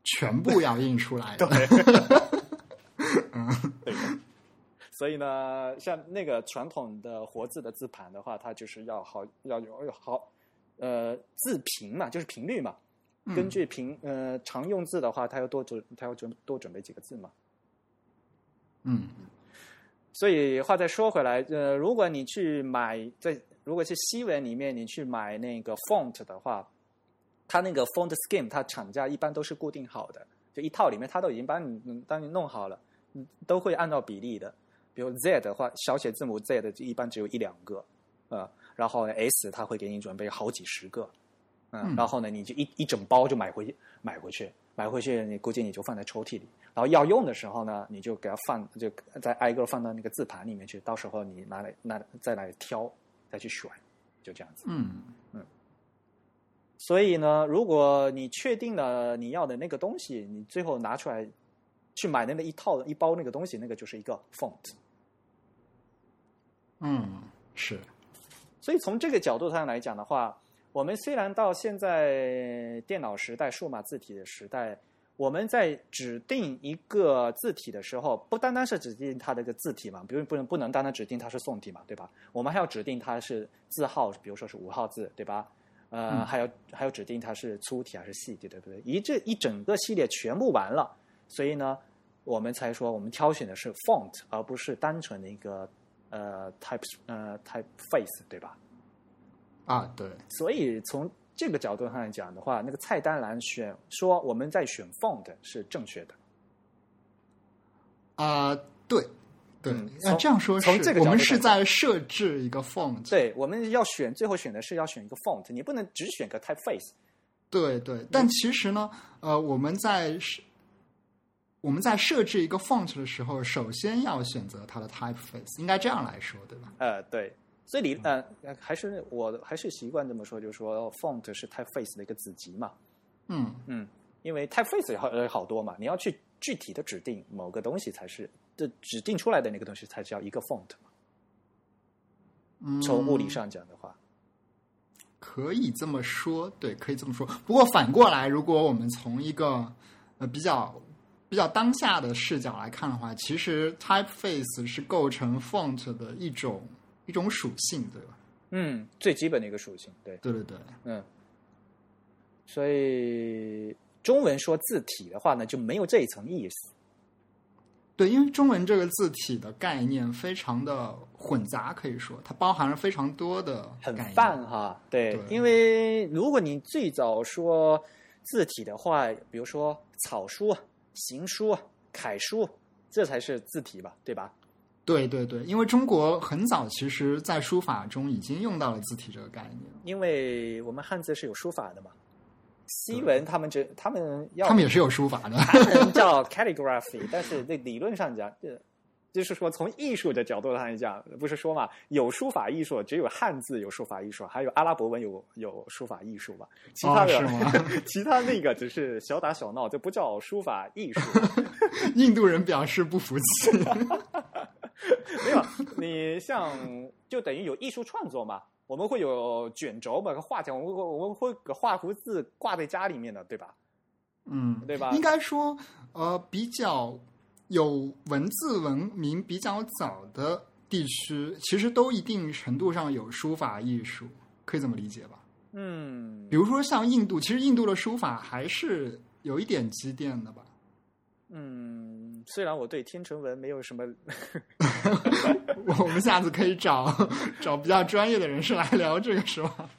[SPEAKER 2] 全部要印出 来的，
[SPEAKER 1] 对的。所以呢，像那个传统的活字的字盘的话，它就是要好要有有好呃字频嘛，就是频率嘛。
[SPEAKER 2] 嗯
[SPEAKER 1] 根据频呃常用字的话，它要多准它要准多准备几个字嘛。
[SPEAKER 2] 嗯，
[SPEAKER 1] 所以话再说回来，呃，如果你去买在如果是西文里面你去买那个 font 的话，它那个 font scheme 它厂家一般都是固定好的，就一套里面它都已经帮你嗯帮你弄好了，嗯都会按照比例的。比如 Z 的话，小写字母 Z 的就一般只有一两个，呃，然后 S 它会给你准备好几十个，嗯
[SPEAKER 2] 嗯，
[SPEAKER 1] 然后呢，你就一一整包就买回买回去，买回去你估计你就放在抽屉里，然后要用的时候呢，你就给它放，就再挨个放到那个字盘里面去，到时候你拿来拿再来挑，再去选，就这样子。
[SPEAKER 2] 嗯
[SPEAKER 1] 所以呢，如果你确定了你要的那个东西，你最后拿出来去买那个一套一包那个东西，那个就是一个 font。
[SPEAKER 2] 嗯，是，
[SPEAKER 1] 所以从这个角度上来讲的话，我们虽然到现在电脑时代、数码字体的时代，我们在指定一个字体的时候，不单单是指定它的一个字体嘛，比如不能不能单单指定它是宋体嘛，对吧？我们还要指定它是字号，比如说是五号字，对吧？呃，
[SPEAKER 2] 嗯
[SPEAKER 1] 还要还要指定它是粗体还是细体，对不对？一这一整个系列全部完了，所以呢，我们才说我们挑选的是 font，而不是单纯的一个呃 type 呃 typeface，对吧？
[SPEAKER 2] 啊，对，
[SPEAKER 1] 所以从这个角度上来讲的话，那个菜单栏选说我们在选 font 是正确的。
[SPEAKER 2] 啊、对，对，
[SPEAKER 1] 嗯
[SPEAKER 2] 那、
[SPEAKER 1] 从
[SPEAKER 2] 这样说是，
[SPEAKER 1] 从这个角度
[SPEAKER 2] 我们是
[SPEAKER 1] 来讲
[SPEAKER 2] 在设置一个 font，
[SPEAKER 1] 对，我们要选最后选的是要选一个 font，你不能只选个 typeface。
[SPEAKER 2] 对
[SPEAKER 1] 嗯
[SPEAKER 2] 对，但其实呢，呃，我们在设我们在设置一个 font 的时候，首先要选择它的 typeface，应该这样来说，对吧？
[SPEAKER 1] 呃，对，所以理呃还是我还是习惯这么说，就是说 font 是 typeface 的一个子集嘛。
[SPEAKER 2] 嗯，
[SPEAKER 1] 嗯，因为 typeface 有好呃好多嘛，你要去具体的指定某个东西才是，这指定出来的那个东西才叫一个 font 嘛。
[SPEAKER 2] 嗯
[SPEAKER 1] 从物理上讲的话，
[SPEAKER 2] 可以这么说，对，可以这么说。不过反过来，如果我们从一个呃比较比较当下的视角来看的话，其实 typeface 是构成 font 的一种一种属性，对吧？
[SPEAKER 1] 嗯，最基本的一个属性，对，
[SPEAKER 2] 对对对，
[SPEAKER 1] 嗯。所以中文说字体的话呢，就没有这一层意思。
[SPEAKER 2] 对，因为中文这个字体的概念非常的混杂，可以说它包含了非常多的
[SPEAKER 1] 很
[SPEAKER 2] 概念
[SPEAKER 1] 泛哈，对，
[SPEAKER 2] 对
[SPEAKER 1] 因为如果你最早说字体的话，比如说草书、行书、楷书，这才是字体吧，对吧？
[SPEAKER 2] 对对对，因为中国很早其实在书法中已经用到了字体这个概念，
[SPEAKER 1] 因为我们汉字是有书法的嘛。西
[SPEAKER 2] 对
[SPEAKER 1] 文他们这他们要
[SPEAKER 2] 他们也是有书 法的。
[SPEAKER 1] 他们叫 calligraphy，但 是那理论上讲，呃，就是说从艺术的角度上来讲，不是说嘛，有书法艺术，只有汉字有书法艺术，还有阿拉伯文有有书法艺术嘛，其他的、
[SPEAKER 2] 哦是
[SPEAKER 1] 其他那个只是小打小闹，这不叫书法艺术。
[SPEAKER 2] 印度人表示不服 气。
[SPEAKER 1] 没有，你像就等于有艺术创作嘛，我们会有卷轴嘛，和画夹，我们会我们会给画幅字挂在家里面的，对吧？
[SPEAKER 2] 嗯，
[SPEAKER 1] 对吧
[SPEAKER 2] 应该说，呃，比较有文字文明比较早的地区，其实都一定程度上有书法艺术，可以这么理解吧？
[SPEAKER 1] 嗯
[SPEAKER 2] 比如说像印度，其实印度的书法还是有一点积淀的吧？
[SPEAKER 1] 嗯，虽然我对天成文没有什么
[SPEAKER 2] 我们下次可以找 找比较专业的人士来聊这个，是吧？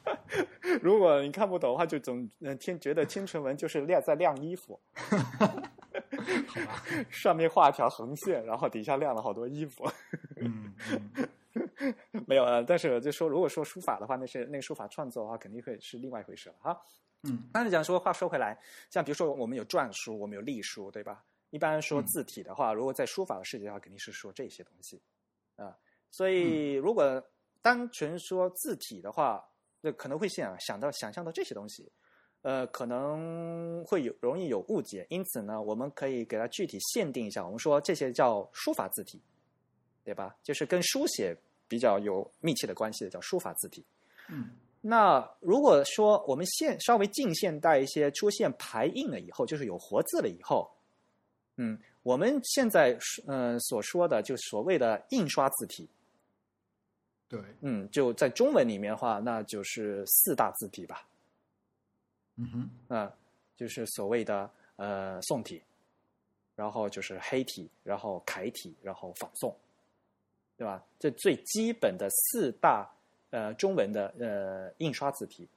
[SPEAKER 1] 如果你看不懂的话，就总嗯听觉得千层文就是晾在晾衣服，
[SPEAKER 2] 好吧，
[SPEAKER 1] 上面画一条横线，然后底下晾了好多衣服。
[SPEAKER 2] 嗯嗯，
[SPEAKER 1] 没有啊，但是就说如果说书法的话，那是那书法创作的话，肯定会是另外一回事了哈。
[SPEAKER 2] 嗯，
[SPEAKER 1] 但是讲说话说回来，像比如说我们有篆书，我们有隶书，对吧？一般说
[SPEAKER 2] 嗯
[SPEAKER 1] 字体的话，如果在书法的世界上，肯定是说这些东西啊、所以如果单纯说字体的话，那可能会想想到想象到这些东西，呃，可能会有容易有误解。因此呢，我们可以给它具体限定一下，我们说这些叫书法字体，对吧？就是跟书写比较有密切的关系的叫书法字体。
[SPEAKER 2] 嗯，
[SPEAKER 1] 那如果说我们现稍微近现代一些，出现排印了以后，就是有活字了以后，嗯，我们现在呃所说的就所谓的印刷字体，
[SPEAKER 2] 对，
[SPEAKER 1] 嗯，就在中文里面的话，那就是四大字体吧，
[SPEAKER 2] 嗯哼，
[SPEAKER 1] 嗯，就是所谓的呃宋体，然后就是黑体，然后楷体，然后仿宋，对吧？这最基本的四大呃中文的呃印刷字体，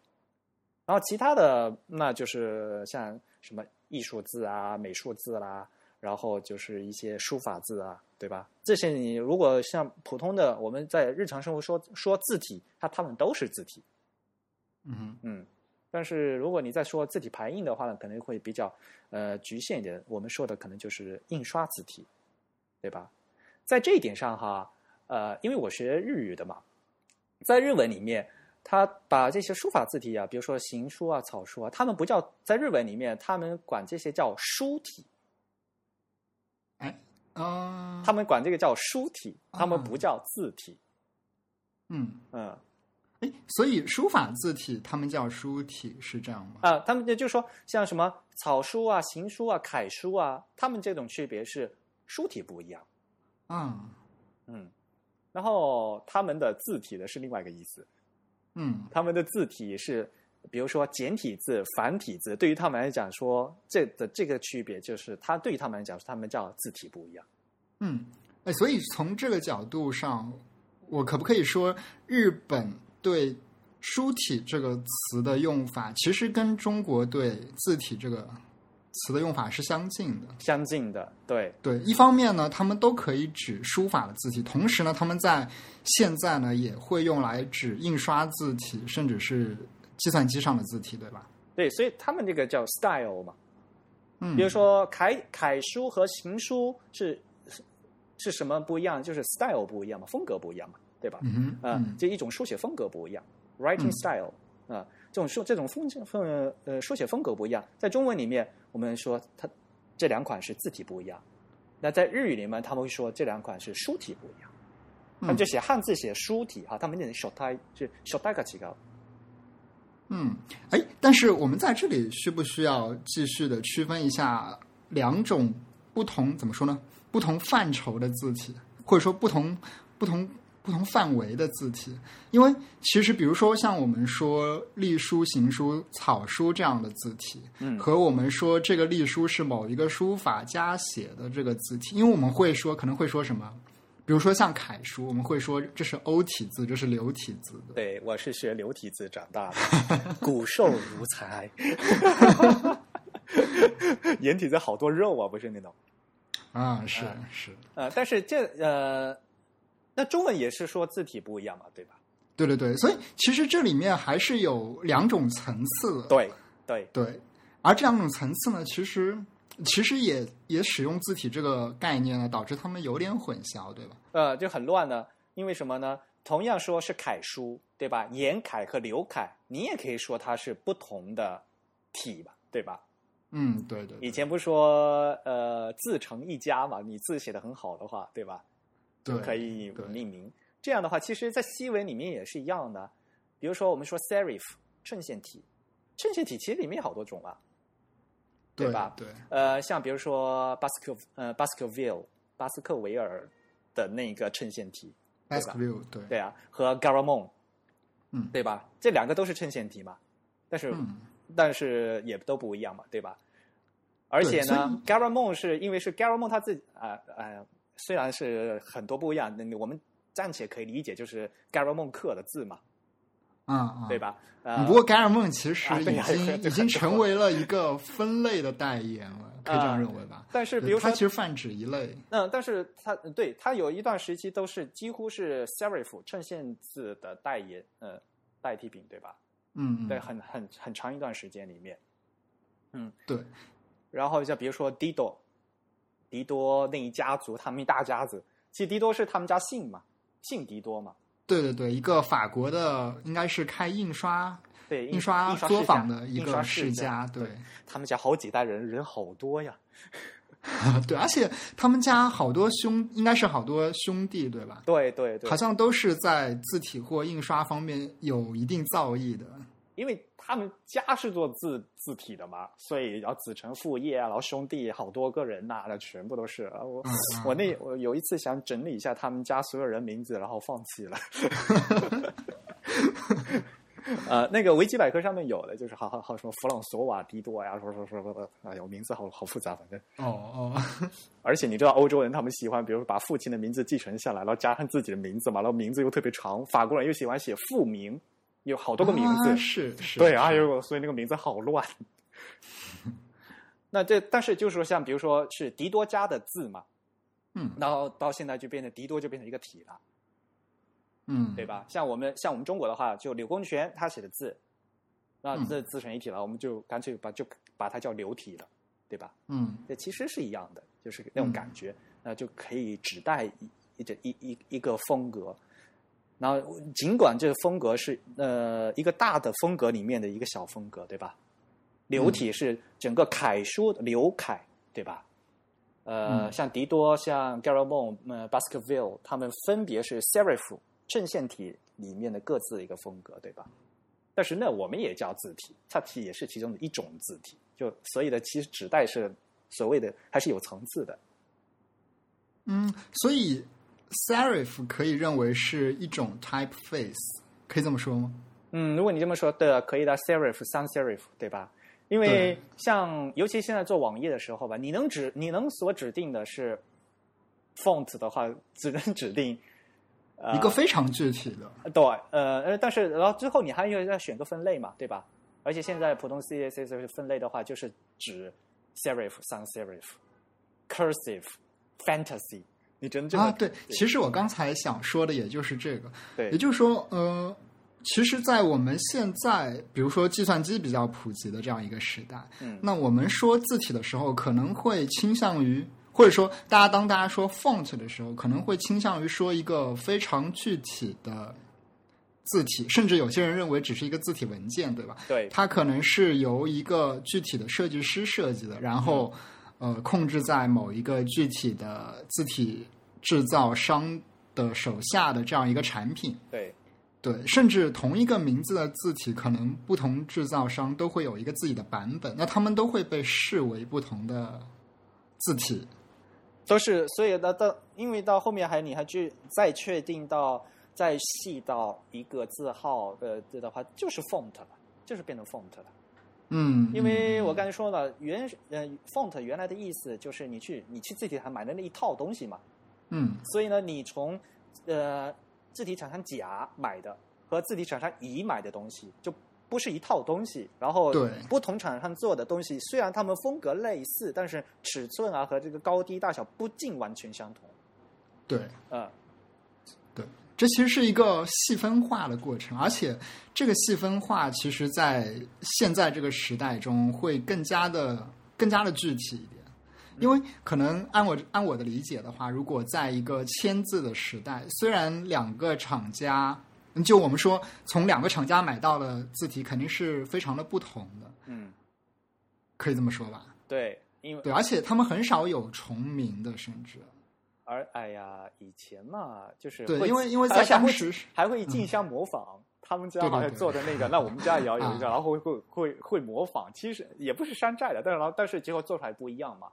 [SPEAKER 1] 然后其他的那就是像什么艺术字啊、美术字啦、然后就是一些书法字啊，对吧？这些你如果像普通的我们在日常生活说说字体，它它们都是字体，
[SPEAKER 2] 嗯哼。
[SPEAKER 1] 嗯，但是如果你再说字体排印的话呢，可能会比较呃局限一点。我们说的可能就是印刷字体，对吧？在这一点上哈，呃，因为我学日语的嘛，在日文里面，他把这些书法字体啊，比如说行书啊、草书啊，他们不叫在日文里面，他们管这些叫书体，
[SPEAKER 2] 啊，
[SPEAKER 1] 他们管这个叫书体，他们
[SPEAKER 2] 啊
[SPEAKER 1] 不叫字体。
[SPEAKER 2] 嗯，
[SPEAKER 1] 嗯
[SPEAKER 2] 哎，所以书法字体他们叫书体是这样吗？
[SPEAKER 1] 啊，他们就就说像什么草书啊、行书啊、楷书啊，他们这种区别是书体不一样。
[SPEAKER 2] 啊，
[SPEAKER 1] 嗯，然后他们的字体呢是另外一个意思，
[SPEAKER 2] 嗯
[SPEAKER 1] 他们的字体是，比如说简体字、繁体字，对于他们来讲说，这的这个区别就是，它对于他们来讲，他们叫字体不一样。
[SPEAKER 2] 嗯，哎，所以从这个角度上，我可不可以说日本对书体这个词的用法，其实跟中国对字体这个词的用法是相近的？
[SPEAKER 1] 相近的，对，
[SPEAKER 2] 对，一方面呢，他们都可以指书法的字体，同时呢，他们在现在呢也会用来指印刷字体，甚至是计算机上的字体，对吧？
[SPEAKER 1] 对，所以他们这个叫 style 嘛，
[SPEAKER 2] 嗯，
[SPEAKER 1] 比如说楷楷书和行书是是是什么不一样？就是 style 不一样嘛，风格不一样嘛，对吧？
[SPEAKER 2] 嗯哼，
[SPEAKER 1] 呃
[SPEAKER 2] 嗯，
[SPEAKER 1] 这一种书写风格不一样，writing
[SPEAKER 2] 嗯
[SPEAKER 1] style 啊、这种书这种风风呃书写风格不一样，在中文里面我们说它这两款是字体不一样，那在日语里面他们会说这两款是书体不一样，
[SPEAKER 2] 嗯
[SPEAKER 1] 他们就写汉字写书体哈，他们念 s h o t a i 是 s h o t a i が違う，
[SPEAKER 2] 嗯，哎，但是我们在这里需不需要继续的区分一下两种不同怎么说呢？不同范畴的字体，或者说不同不同不同范围的字体，因为其实比如说像我们说隶书、行书、草书这样的字体，
[SPEAKER 1] 嗯
[SPEAKER 2] 和我们说这个隶书是某一个书法家写的这个字体，因为我们会说可能会说什么，比如说像楷书，我们会说这是欧体字，这是流体字的。
[SPEAKER 1] 对，我是学流体字长大 的，骨瘦如 柴，眼底子好多肉啊，不是那种。
[SPEAKER 2] 啊，是
[SPEAKER 1] 嗯
[SPEAKER 2] 是，
[SPEAKER 1] 呃，但是这呃，那中文也是说字体不一样嘛，对吧？
[SPEAKER 2] 对对对，所以其实这里面还是有两种层次的，
[SPEAKER 1] 对对，
[SPEAKER 2] 对，而这两种层次呢，其实其实也也使用字体这个概念呢，导致他们有点混淆，对吧？
[SPEAKER 1] 呃，就很乱呢，因为什么呢？同样说是楷书，对吧？颜楷和刘楷，你也可以说它是不同的体吧，对吧？
[SPEAKER 2] 嗯，对对
[SPEAKER 1] 以
[SPEAKER 2] 对
[SPEAKER 1] 前不是说呃自成一家嘛，你字写的很好的话，对吧？
[SPEAKER 2] 对，
[SPEAKER 1] 可以
[SPEAKER 2] 对
[SPEAKER 1] 命名。这样的话，其实，在西文里面也是一样的。比如说，我们说 serif 衬线体，衬线体其实里面有好多种啊。对
[SPEAKER 2] 对
[SPEAKER 1] 吧
[SPEAKER 2] 对，
[SPEAKER 1] 呃，像比如说巴斯克呃巴斯克维尔巴斯克维尔的那个衬线体，
[SPEAKER 2] b a s q u e 对，
[SPEAKER 1] 对啊，和 Garamond，
[SPEAKER 2] 嗯
[SPEAKER 1] 对吧？这两个都是衬线体嘛，但是、
[SPEAKER 2] 嗯，
[SPEAKER 1] 但是也都不一样嘛，对吧？而且呢，Garamond 是因为是 Garamond 他自己啊啊、呃虽然是很多不一样，那我们暂且可以理解就是 Garamond 刻的字嘛，
[SPEAKER 2] 啊啊，
[SPEAKER 1] 对？吧？呃，
[SPEAKER 2] 嗯不过盖尔梦其实
[SPEAKER 1] 啊
[SPEAKER 2] 已
[SPEAKER 1] 对
[SPEAKER 2] 经、
[SPEAKER 1] 呀这个
[SPEAKER 2] 已经成为了一个分类的代言了，可以这样认为吧？
[SPEAKER 1] 但是比如
[SPEAKER 2] 它
[SPEAKER 1] 说
[SPEAKER 2] 其实泛指一类，
[SPEAKER 1] 嗯，但是他对他有一段时期都是几乎是 serif 衬线字的代言，呃，代替品，对吧？
[SPEAKER 2] 嗯，嗯
[SPEAKER 1] 对，很很很长一段时间里面，嗯
[SPEAKER 2] 对，
[SPEAKER 1] 然后就比如说迪多，迪多那一家族，他们一大家子，其实迪多是他们家姓嘛，姓迪多嘛，
[SPEAKER 2] 对对对，一个法国的应该是开印刷
[SPEAKER 1] 对，
[SPEAKER 2] 印
[SPEAKER 1] 印
[SPEAKER 2] 刷
[SPEAKER 1] 印刷
[SPEAKER 2] 作
[SPEAKER 1] 世
[SPEAKER 2] 坊
[SPEAKER 1] 家
[SPEAKER 2] 的一
[SPEAKER 1] 印
[SPEAKER 2] 个
[SPEAKER 1] 刷
[SPEAKER 2] 世
[SPEAKER 1] 家，
[SPEAKER 2] 家，对
[SPEAKER 1] 他们家好几代人，人好多呀，
[SPEAKER 2] 对，而且他们家好多兄，应该是好多兄弟，对吧？
[SPEAKER 1] 对对对
[SPEAKER 2] 好，像都是在字体或印刷方面有一定造诣的。
[SPEAKER 1] 因为他们家是做字字体的嘛，所以然后子承父业啊，然后兄弟好多个人呐、那全部都是啊。我、
[SPEAKER 2] 嗯嗯
[SPEAKER 1] 我那我有一次想整理一下他们家所有人名字，然后放弃了。 呃，那个维基百科上面有的，就是好好好什么弗朗索瓦迪多呀，什么什么什么的，哎呦，名字好好复杂，反正。
[SPEAKER 2] 哦哦，
[SPEAKER 1] 而且你知道欧洲人他们喜欢，比如说把父亲的名字继承下来，然后加上自己的名字嘛，然后名字又特别长。法国人又喜欢写父名，有好 多个名字，
[SPEAKER 2] 啊是是，
[SPEAKER 1] 对，哎
[SPEAKER 2] 是，
[SPEAKER 1] 呦，所以那个名字好乱。 那这但是就是说，像比如说是迪多家的字嘛，
[SPEAKER 2] 嗯
[SPEAKER 1] 然后到现在就变成迪多就变成一个体了，
[SPEAKER 2] 嗯，
[SPEAKER 1] 对吧？像我们像我们中国的话，就柳公权他写的字，那
[SPEAKER 2] 嗯
[SPEAKER 1] 这自成一体了，我们就干脆把就把它叫流体了，对吧？
[SPEAKER 2] 嗯
[SPEAKER 1] 这其实是一样的，就是那种
[SPEAKER 2] 嗯
[SPEAKER 1] 感觉，那、就可以指代一一这一一一个风格。然后，尽管这个风格是呃一个大的风格里面的一个小风格，对吧？
[SPEAKER 2] 嗯
[SPEAKER 1] 流体是整个楷书刘楷，对吧？呃，
[SPEAKER 2] 嗯
[SPEAKER 1] 像迪多、像 Garamond、呃 Baskerville，他们分别是 serif 衬线体里面的各自的一个风格，对吧？但是呢，我们也叫字体，它其实也是其中的一种字体，就所以呢，其实指代是所谓的还是有层次的。
[SPEAKER 2] 嗯，所以 serif 可以认为是一种 typeface，可以这么说吗？
[SPEAKER 1] 嗯，如果你这么说，对了，可以的，serif、sans serif，对吧？因为
[SPEAKER 2] 对
[SPEAKER 1] 像尤其现在做网页的时候吧，你能指你能所指定的是 font 的话，只能指定、呃、
[SPEAKER 2] 一个非常具体的，
[SPEAKER 1] 对，呃呃，但是然后之后你还要要选个分类嘛，对吧？而且现在普通 C S S 分类的话，就是指 serif、sans serif、cursive、fantasy，你真正的
[SPEAKER 2] 啊，对，其实我刚才想说的也就是这个，
[SPEAKER 1] 对
[SPEAKER 2] 也就是说，呃，其实，在我们现在，比如说计算机比较普及的这样一个时代，
[SPEAKER 1] 嗯
[SPEAKER 2] 那我们说字体的时候，可能会倾向于，或者说，大家当大家说 font 的时候，可能会倾向于说一个非常具体的字体，甚至有些人认为只是一个字体文件，对吧？
[SPEAKER 1] 对
[SPEAKER 2] 它可能是由一个具体的设计师设计的，然后
[SPEAKER 1] 嗯
[SPEAKER 2] 呃控制在某一个具体的字体制造商的手下的这样一个产品。
[SPEAKER 1] 对，
[SPEAKER 2] 对，甚至同一个名字的字体，可能不同制造商都会有一个自己的版本，那他们都会被视为不同的字体。
[SPEAKER 1] 都是，所以到到，因为到后面还你还去再确定到再细到一个字号呃这的话，就是 font 了，就是变成 font 了。
[SPEAKER 2] 嗯，
[SPEAKER 1] 因为
[SPEAKER 2] 嗯
[SPEAKER 1] 我刚才说了，原呃 font 原来的意思就是你去你去字体厂买的那一套东西嘛，
[SPEAKER 2] 嗯
[SPEAKER 1] 所以呢，你从呃字体厂商甲买的和字体厂商乙买的东西就不是一套东西。然后
[SPEAKER 2] 对
[SPEAKER 1] 不同厂商做的东西，虽然他们风格类似，但是尺寸啊和这个高低大小不尽完全相同。
[SPEAKER 2] 对。
[SPEAKER 1] 呃，
[SPEAKER 2] 对，这其实是一个细分化的过程，而且这个细分化其实在现在这个时代中会更加的更加的具体一点，因为可能按我按我的理解的话，如果在一个签字的时代，虽然两个厂家。就我们说，从两个厂家买到的字体肯定是非常的不同的，
[SPEAKER 1] 嗯，
[SPEAKER 2] 可以这么说吧？
[SPEAKER 1] 对，因为
[SPEAKER 2] 对，而且他们很少有重名的，甚至
[SPEAKER 1] 而哎呀，以前嘛，就是
[SPEAKER 2] 对，
[SPEAKER 1] 会
[SPEAKER 2] 因为因为
[SPEAKER 1] 而
[SPEAKER 2] 在
[SPEAKER 1] 且还
[SPEAKER 2] 当
[SPEAKER 1] 会
[SPEAKER 2] 时是嗯
[SPEAKER 1] 还会竞相模仿。他们家
[SPEAKER 2] 对对
[SPEAKER 1] 好像
[SPEAKER 2] 对
[SPEAKER 1] 做的那个，那我们家也要 有一个，
[SPEAKER 2] 啊
[SPEAKER 1] 然后会会会会模仿，其实也不是山寨的，但是然后但是结果做出来不一样嘛。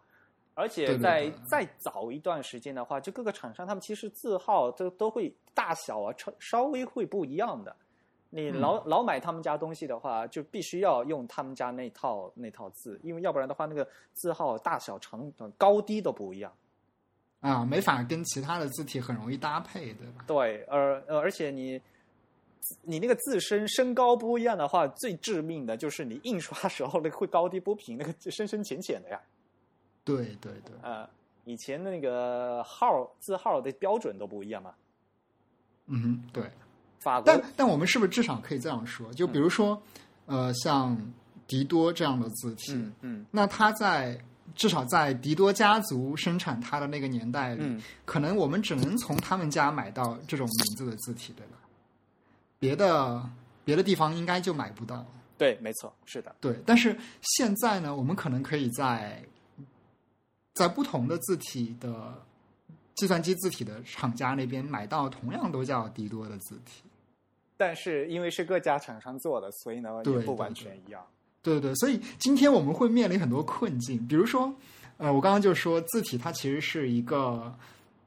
[SPEAKER 1] 而且
[SPEAKER 2] 对对
[SPEAKER 1] 在
[SPEAKER 2] 对
[SPEAKER 1] 再早一段时间的话，就各个厂商他们其实字号都都会大小啊，稍稍微会不一样的。你
[SPEAKER 2] 嗯
[SPEAKER 1] 老、老买他们家东西的话，就必须要用他们家那套那套字，因为要不然的话，那个字号大小长短高低都不一样。
[SPEAKER 2] 啊，没法跟其他的字体很容易搭配，对吧？
[SPEAKER 1] 对，而呃，而且你你那个自身身高不一样的话，最致命的就是你印刷时候那个会高低不平，那个就深深浅浅的呀。
[SPEAKER 2] 对对对，
[SPEAKER 1] 呃，以前的那个号字号的标准都不一样嘛。
[SPEAKER 2] 嗯哼，对。
[SPEAKER 1] 法国
[SPEAKER 2] 但但我们是不是至少可以这样说？就比如说，呃，像迪多这样的字体，
[SPEAKER 1] 嗯嗯
[SPEAKER 2] 那它在至少在迪多家族生产它的那个年代里，
[SPEAKER 1] 嗯，
[SPEAKER 2] 可能我们只能从他们家买到这种名字的字体，对吧？别的别的地方应该就买不到。
[SPEAKER 1] 对，没错，是的，
[SPEAKER 2] 对，但是现在呢，我们可能可以在在不同的字体的计算机字体的厂家那边买到同样都叫迪多的字体。
[SPEAKER 1] 但是因为是各家厂商做的，所以呢也
[SPEAKER 2] 对
[SPEAKER 1] 不
[SPEAKER 2] 对
[SPEAKER 1] 完
[SPEAKER 2] 对
[SPEAKER 1] 全一样。
[SPEAKER 2] 对对对，所以今天我们会面临很多困境，比如说，呃，我刚刚就说字体它其实是一个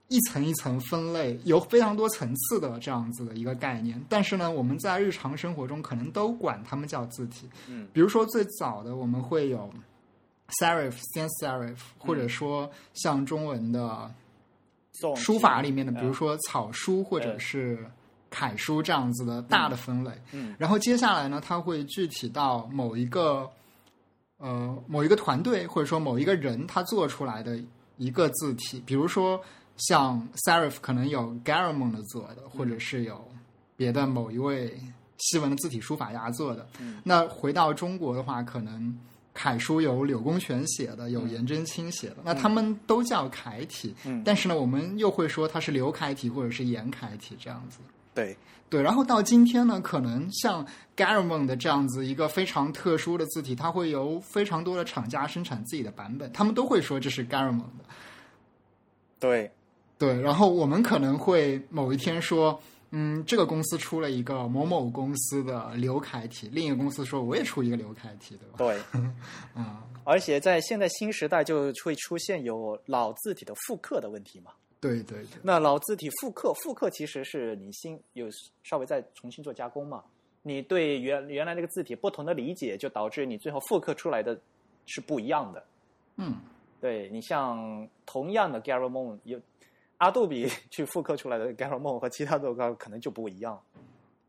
[SPEAKER 2] 一层一层分类，有非常多层次的这样子的一个概念，但是呢，我们在日常生活中可能都管它们叫字体，
[SPEAKER 1] 嗯
[SPEAKER 2] 比如说最早的我们会有 serif、sans serif，或者说像中文的
[SPEAKER 1] 宋体
[SPEAKER 2] 书法里面的，比如
[SPEAKER 1] 呃
[SPEAKER 2] 说草书或者是楷书这样子的大的分类。
[SPEAKER 1] 嗯
[SPEAKER 2] 然后接下来呢，它会具体到某一个呃某一个团队或者说某一个人他做出来的一个字体，比如说像 serif 可能有 Garamond 的做的，或
[SPEAKER 1] 嗯
[SPEAKER 2] 者是有别的某一位西文的字体书法家做的。
[SPEAKER 1] 嗯
[SPEAKER 2] 那回到中国的话，可能。楷书有柳公权写的，有
[SPEAKER 1] 嗯
[SPEAKER 2] 颜真卿写的，那他们都叫楷体。
[SPEAKER 1] 嗯，
[SPEAKER 2] 但是呢，我们又会说它是刘楷体或者是颜楷体这样子。
[SPEAKER 1] 对
[SPEAKER 2] 对，然后到今天呢，可能像 Garamond 的这样子一个非常特殊的字体，它会由非常多的厂家生产自己的版本，他们都会说这是 Garamond 的。
[SPEAKER 1] 对
[SPEAKER 2] 对，然后我们可能会某一天说，嗯，这个公司出了一个某某公司的刘楷体，另一个公司说我也出一个刘楷体，对吧？
[SPEAKER 1] 对，
[SPEAKER 2] 啊、
[SPEAKER 1] 而且在现在新时代就会出现有老字体的复刻的问题嘛。
[SPEAKER 2] 对对对，
[SPEAKER 1] 那老字体复刻，复刻其实是你新有稍微再重新做加工嘛。你对原原来那个字体不同的理解，就导致你最后复刻出来的是不一样的。
[SPEAKER 2] 嗯，
[SPEAKER 1] 对你像同样的 Garamond 有阿杜比 去复刻出来的 Garamond 和其他的可能就不一样。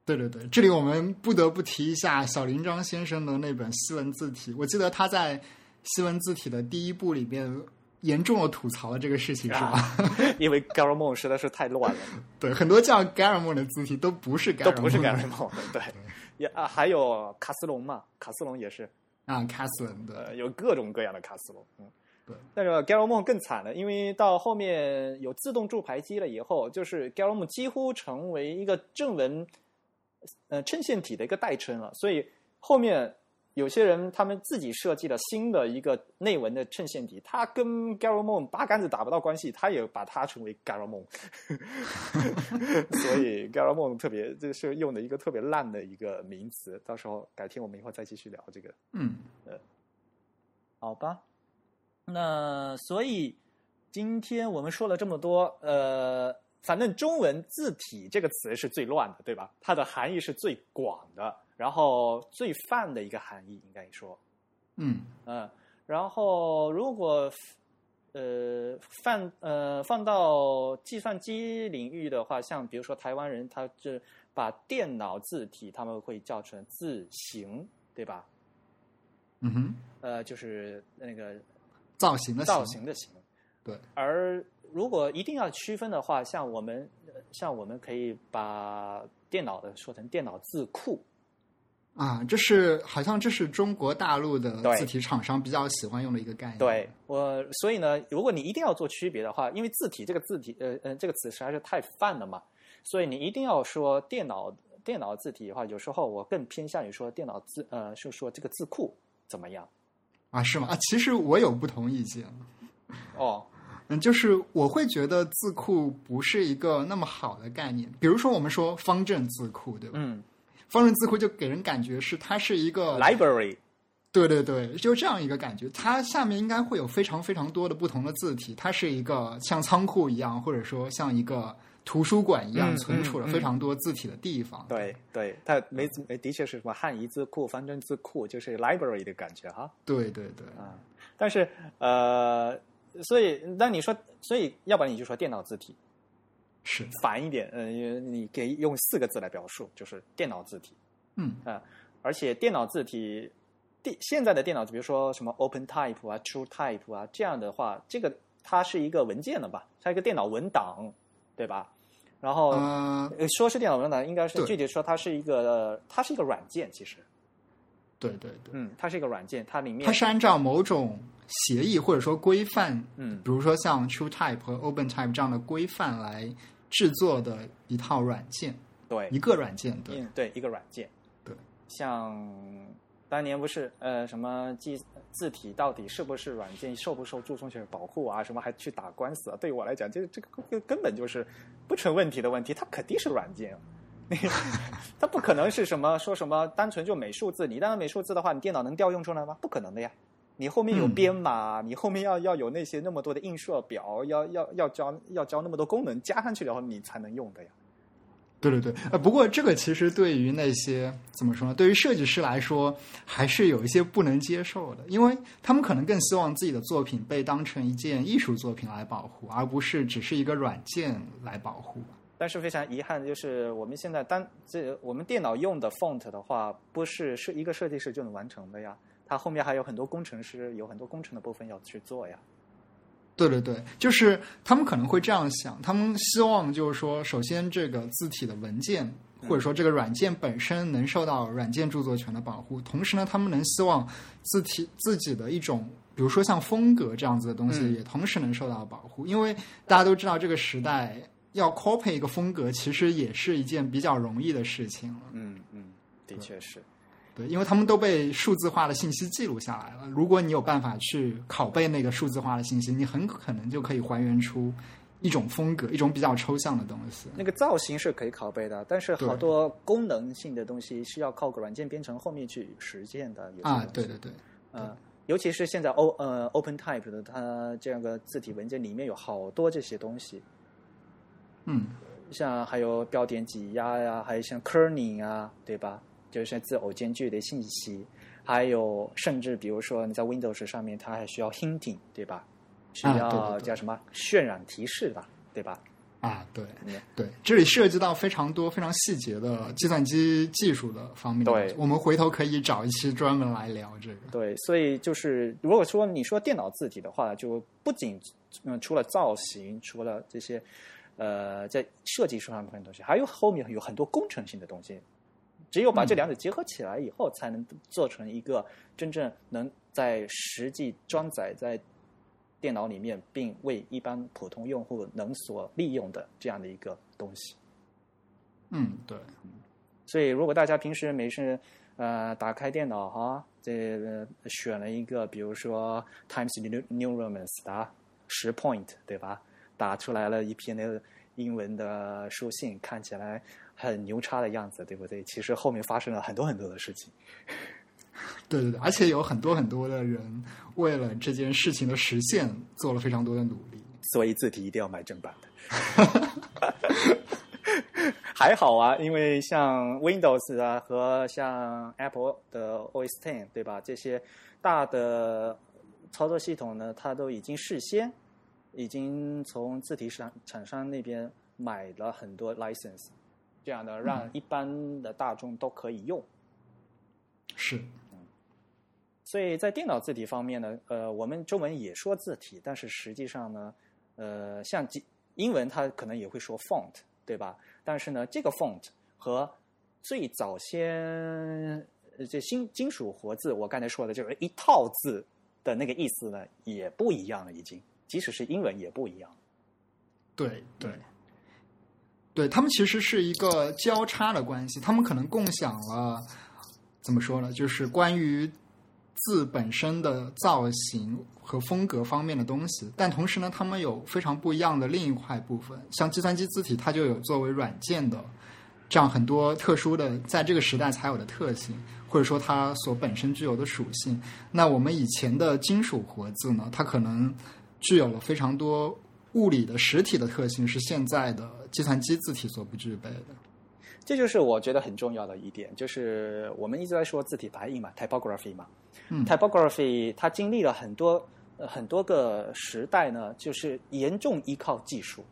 [SPEAKER 2] 对对对，这里我们不得不提一下小林章先生的那本《西文字体》，我记得他在《西文字体》的第一部里边严重的吐槽了这个事情，是吧？
[SPEAKER 1] 啊因为 Garamond 实在是太乱了，
[SPEAKER 2] 对，很多叫 Garamond 的字体都不是 Garamond，
[SPEAKER 1] 都不是 Garamond 对，也啊还有卡斯隆嘛，卡斯隆也是。
[SPEAKER 2] 啊 c a s l i n
[SPEAKER 1] 呃，
[SPEAKER 2] 对，
[SPEAKER 1] 有各种各样的卡斯隆。嗯，
[SPEAKER 2] 对。
[SPEAKER 1] 但是 Garamond 更惨了，因为到后面有自动注排机了以后，就是 Garamond 几乎成为一个正文呃衬线体的一个代称了，所以后面。有些人他们自己设计了新的一个内文的衬线体，它跟 g a r o m o n 八竿子打不到关系，他也把它称为 g a r o m o n 所以 g a r o m o n 特别这是用的一个特别烂的一个名词，到时候改天我们一会儿再继续聊这个，
[SPEAKER 2] 嗯，
[SPEAKER 1] 好吧？那所以今天我们说了这么多，呃，反正中文字体这个词是最乱的，对吧？它的含义是最广的，然后最泛的一个含义，应该说，
[SPEAKER 2] 嗯，
[SPEAKER 1] 嗯，然后如果呃放呃放到计算机领域的话，像比如说台湾人，他就把电脑字体他们会叫成字形，对吧？
[SPEAKER 2] 嗯哼，
[SPEAKER 1] 呃，就是那个
[SPEAKER 2] 造型的
[SPEAKER 1] 造型的形。
[SPEAKER 2] 对。
[SPEAKER 1] 而如果一定要区分的话，像我们呃像我们可以把电脑的说成电脑字库，
[SPEAKER 2] 啊，这是好像这是中国大陆的
[SPEAKER 1] 对
[SPEAKER 2] 字体厂商比较喜欢用的一个概念。
[SPEAKER 1] 对我，所以呢，如果你一定要做区别的话，因为字体这个字体，呃呃，这个词实在是太泛了嘛，所以你一定要说电脑电脑字体的话，有时候我更偏向于说电脑字，呃，是说这个字库怎么样？
[SPEAKER 2] 啊，是吗？啊，其实我有不同意见。
[SPEAKER 1] 哦，
[SPEAKER 2] 嗯，就是我会觉得字库不是一个那么好的概念。比如说，我们说方正字库，对吧？
[SPEAKER 1] 嗯
[SPEAKER 2] 方正字库就给人感觉是它是一个，
[SPEAKER 1] ，library，
[SPEAKER 2] 对对对，就这样一个感觉。它下面应该会有非常非常多的不同的字体，它是一个像仓库一样，或者说像一个图书馆一样，
[SPEAKER 1] 嗯
[SPEAKER 2] 存储了
[SPEAKER 1] 嗯
[SPEAKER 2] 非常多字体的地方。
[SPEAKER 1] 对对，它没没的确是什么汉仪字库、方正字库，就是 library 的感觉哈。
[SPEAKER 2] 对对对，
[SPEAKER 1] 啊，但是呃，所以那你说，所以要不然你就说电脑字体
[SPEAKER 2] 是的，
[SPEAKER 1] 烦一点，呃，你可以用四个字来表述，就是电脑字体。
[SPEAKER 2] 嗯
[SPEAKER 1] 而且电脑字体，电现在的电脑，比如说什么 OpenType 啊、TrueType 啊这样的话，这个它是一个文件了吧？它一个电脑文档，对吧？然后、
[SPEAKER 2] 呃，
[SPEAKER 1] 呃说是电脑文档，应该是
[SPEAKER 2] 对
[SPEAKER 1] 具体说它是一个，它是一个软件，其实，
[SPEAKER 2] 对对对，
[SPEAKER 1] 嗯，它是一个软件，它里面
[SPEAKER 2] 它是按照某种协议或者说规范
[SPEAKER 1] 嗯
[SPEAKER 2] 比如说像 TrueType 和 OpenType 这样的规范来制作的一套软件，
[SPEAKER 1] 对
[SPEAKER 2] 一个软件，对，
[SPEAKER 1] 嗯，对，一个软件。
[SPEAKER 2] 对，
[SPEAKER 1] 像当年不是呃什么字字体到底是不是软件，受不受著作权保护啊？什么还去打官司啊？对我来讲，这这个根根本就是不成问题的问题，它肯定是软件 啊。你它不可能是什么说什么单纯就美术字，你当然美术字的话，你电脑能调用出来吗？不可能的呀。你后面有
[SPEAKER 2] 嗯
[SPEAKER 1] 编码，你后面要要有那些那么多的映射表，要要要教要教那么多功能加上去然后你才能用的呀。
[SPEAKER 2] 对对对。呃，不过这个其实对于那些怎么说呢？对于设计师来说，还是有一些不能接受的，因为他们可能更希望自己的作品被当成一件艺术作品来保护，而不是只是一个软件来保护。
[SPEAKER 1] 但是非常遗憾，就是我们现在单这我们电脑用的 font 的话，不是是一个设计师就能完成的呀，它后面还有很多工程师，有很多工程的部分要去做呀。
[SPEAKER 2] 对对对，就是他们可能会这样想，他们希望就是说，首先这个字体的文件或者说这个软件本身能受到软件著作权的保护，同时呢，他们能希望字体自己的一种，比如说像风格这样子的东西，
[SPEAKER 1] 嗯
[SPEAKER 2] 也同时能受到保护，因为大家都知道这个时代要 copy 一个风格，其实也是一件比较容易的事情了。
[SPEAKER 1] 嗯嗯，的确是。
[SPEAKER 2] 对，因为他们都被数字化的信息记录下来了。如果你有办法去拷贝那个数字化的信息，你很可能就可以还原出一种风格，一种比较抽象的东西。
[SPEAKER 1] 那个造型是可以拷贝的，但是好
[SPEAKER 2] 对
[SPEAKER 1] 多功能性的东西是要靠软件编程后面去实现的。有些东，
[SPEAKER 2] 啊
[SPEAKER 1] 西
[SPEAKER 2] 对对对，
[SPEAKER 1] 呃，尤其是现在 O 呃 OpenType 的它这样个字体文件里面有好多这些东西，
[SPEAKER 2] 嗯，
[SPEAKER 1] 像还有标点挤压呀、还有像 kerning 啊，对吧？就是字偶间距的信息，还有甚至比如说你在 Windows 上面，它还需要 hinting，对吧？需
[SPEAKER 2] 啊对
[SPEAKER 1] 要
[SPEAKER 2] 对对
[SPEAKER 1] 叫什么渲染提示吧，对吧？
[SPEAKER 2] 啊，对
[SPEAKER 1] 嗯
[SPEAKER 2] 对，这里涉及到非常多非常细节的计算机技术的方面的
[SPEAKER 1] 对
[SPEAKER 2] 东西。我们回头可以找一期专门来聊这个。
[SPEAKER 1] 对，所以就是如果说你说电脑字体的话，就不仅嗯除了造型，除了这些呃在设计上面的东西，还有后面有很多工程性的东西。只有把这两者结合起来以后，才能做成一个真正能在实际装载在电脑里面，并为一般普通用户能所利用的这样的一个东西。
[SPEAKER 2] 嗯，对，
[SPEAKER 1] 所以，如果大家平时没事，呃，打开电脑哈，这呃选了一个，比如说 Times New New Roman 打十 point 对吧？打出来了一篇那个英文的书信，看起来很牛叉的样子，对不对？其实后面发生了很多很多的事情。
[SPEAKER 2] 对对对，而且有很多很多的人为了这件事情的实现做了非常多的努力。
[SPEAKER 1] 所以字体一定要买正版的。 还好啊，因为像 Windows 啊和像 Apple 的 OS Ten 对吧？这些大的操作系统呢，它都已经事先已经从字体厂厂商那边买了很多 license，这样的让一般的大众都可以用。
[SPEAKER 2] 是，
[SPEAKER 1] 所以在电脑字体方面呢，呃，我们中文也说字体，但是实际上呢，呃，像几英文它可能也会说 font，对吧？但是呢，这个 font 和最早先呃这新金属活字，我刚才说的就是一套字的那个意思呢，也不一样了，已经，即使是英文也不一样。
[SPEAKER 2] 对对，对他们其实是一个交叉的关系，他们可能共享了怎么说呢？就是关于字本身的造型和风格方面的东西，但同时呢，他们有非常不一样的另一块部分，像计算机字体，它就有作为软件的这样很多特殊的，在这个时代才有的特性，或者说它所本身具有的属性。那我们以前的金属活字呢，它可能具有了非常多物理的实体的特性，是现在的计算机字体所不具备的。
[SPEAKER 1] 这就是我觉得很重要的一点，就是我们一直在说字体排印嘛，typography 嘛、
[SPEAKER 2] 嗯
[SPEAKER 1] t y p o g r a p h y 它经历了很多、呃、很多个时代呢，就是严重依靠技术，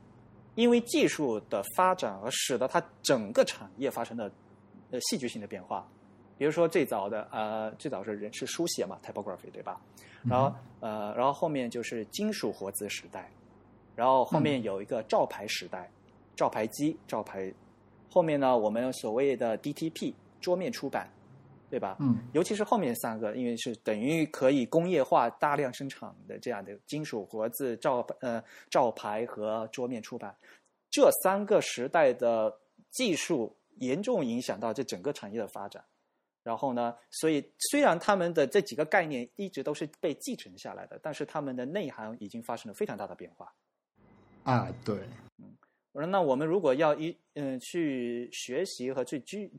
[SPEAKER 1] 因为技术的发展而使得它整个产业发生了呃戏剧性的变化。比如说最早的呃最早是人是书写嘛，typography 对吧？然后呃然后后面就是金属活字时代，然后后面有一个照牌时代，照牌机照牌，后面呢我们所谓的 DTP 桌面出版，对吧？
[SPEAKER 2] 嗯，
[SPEAKER 1] 尤其是后面三个，因为是等于可以工业化大量生产的这样的金属活字、照呃照牌和桌面出版，这三个时代的技术严重影响到这整个产业的发展。然后呢，所以虽然他们的这几个概念一直都是被继承下来的，但是他们的内涵已经发生了非常大的变化。
[SPEAKER 2] 啊，对，
[SPEAKER 1] 那我们如果要一嗯、去学习和去居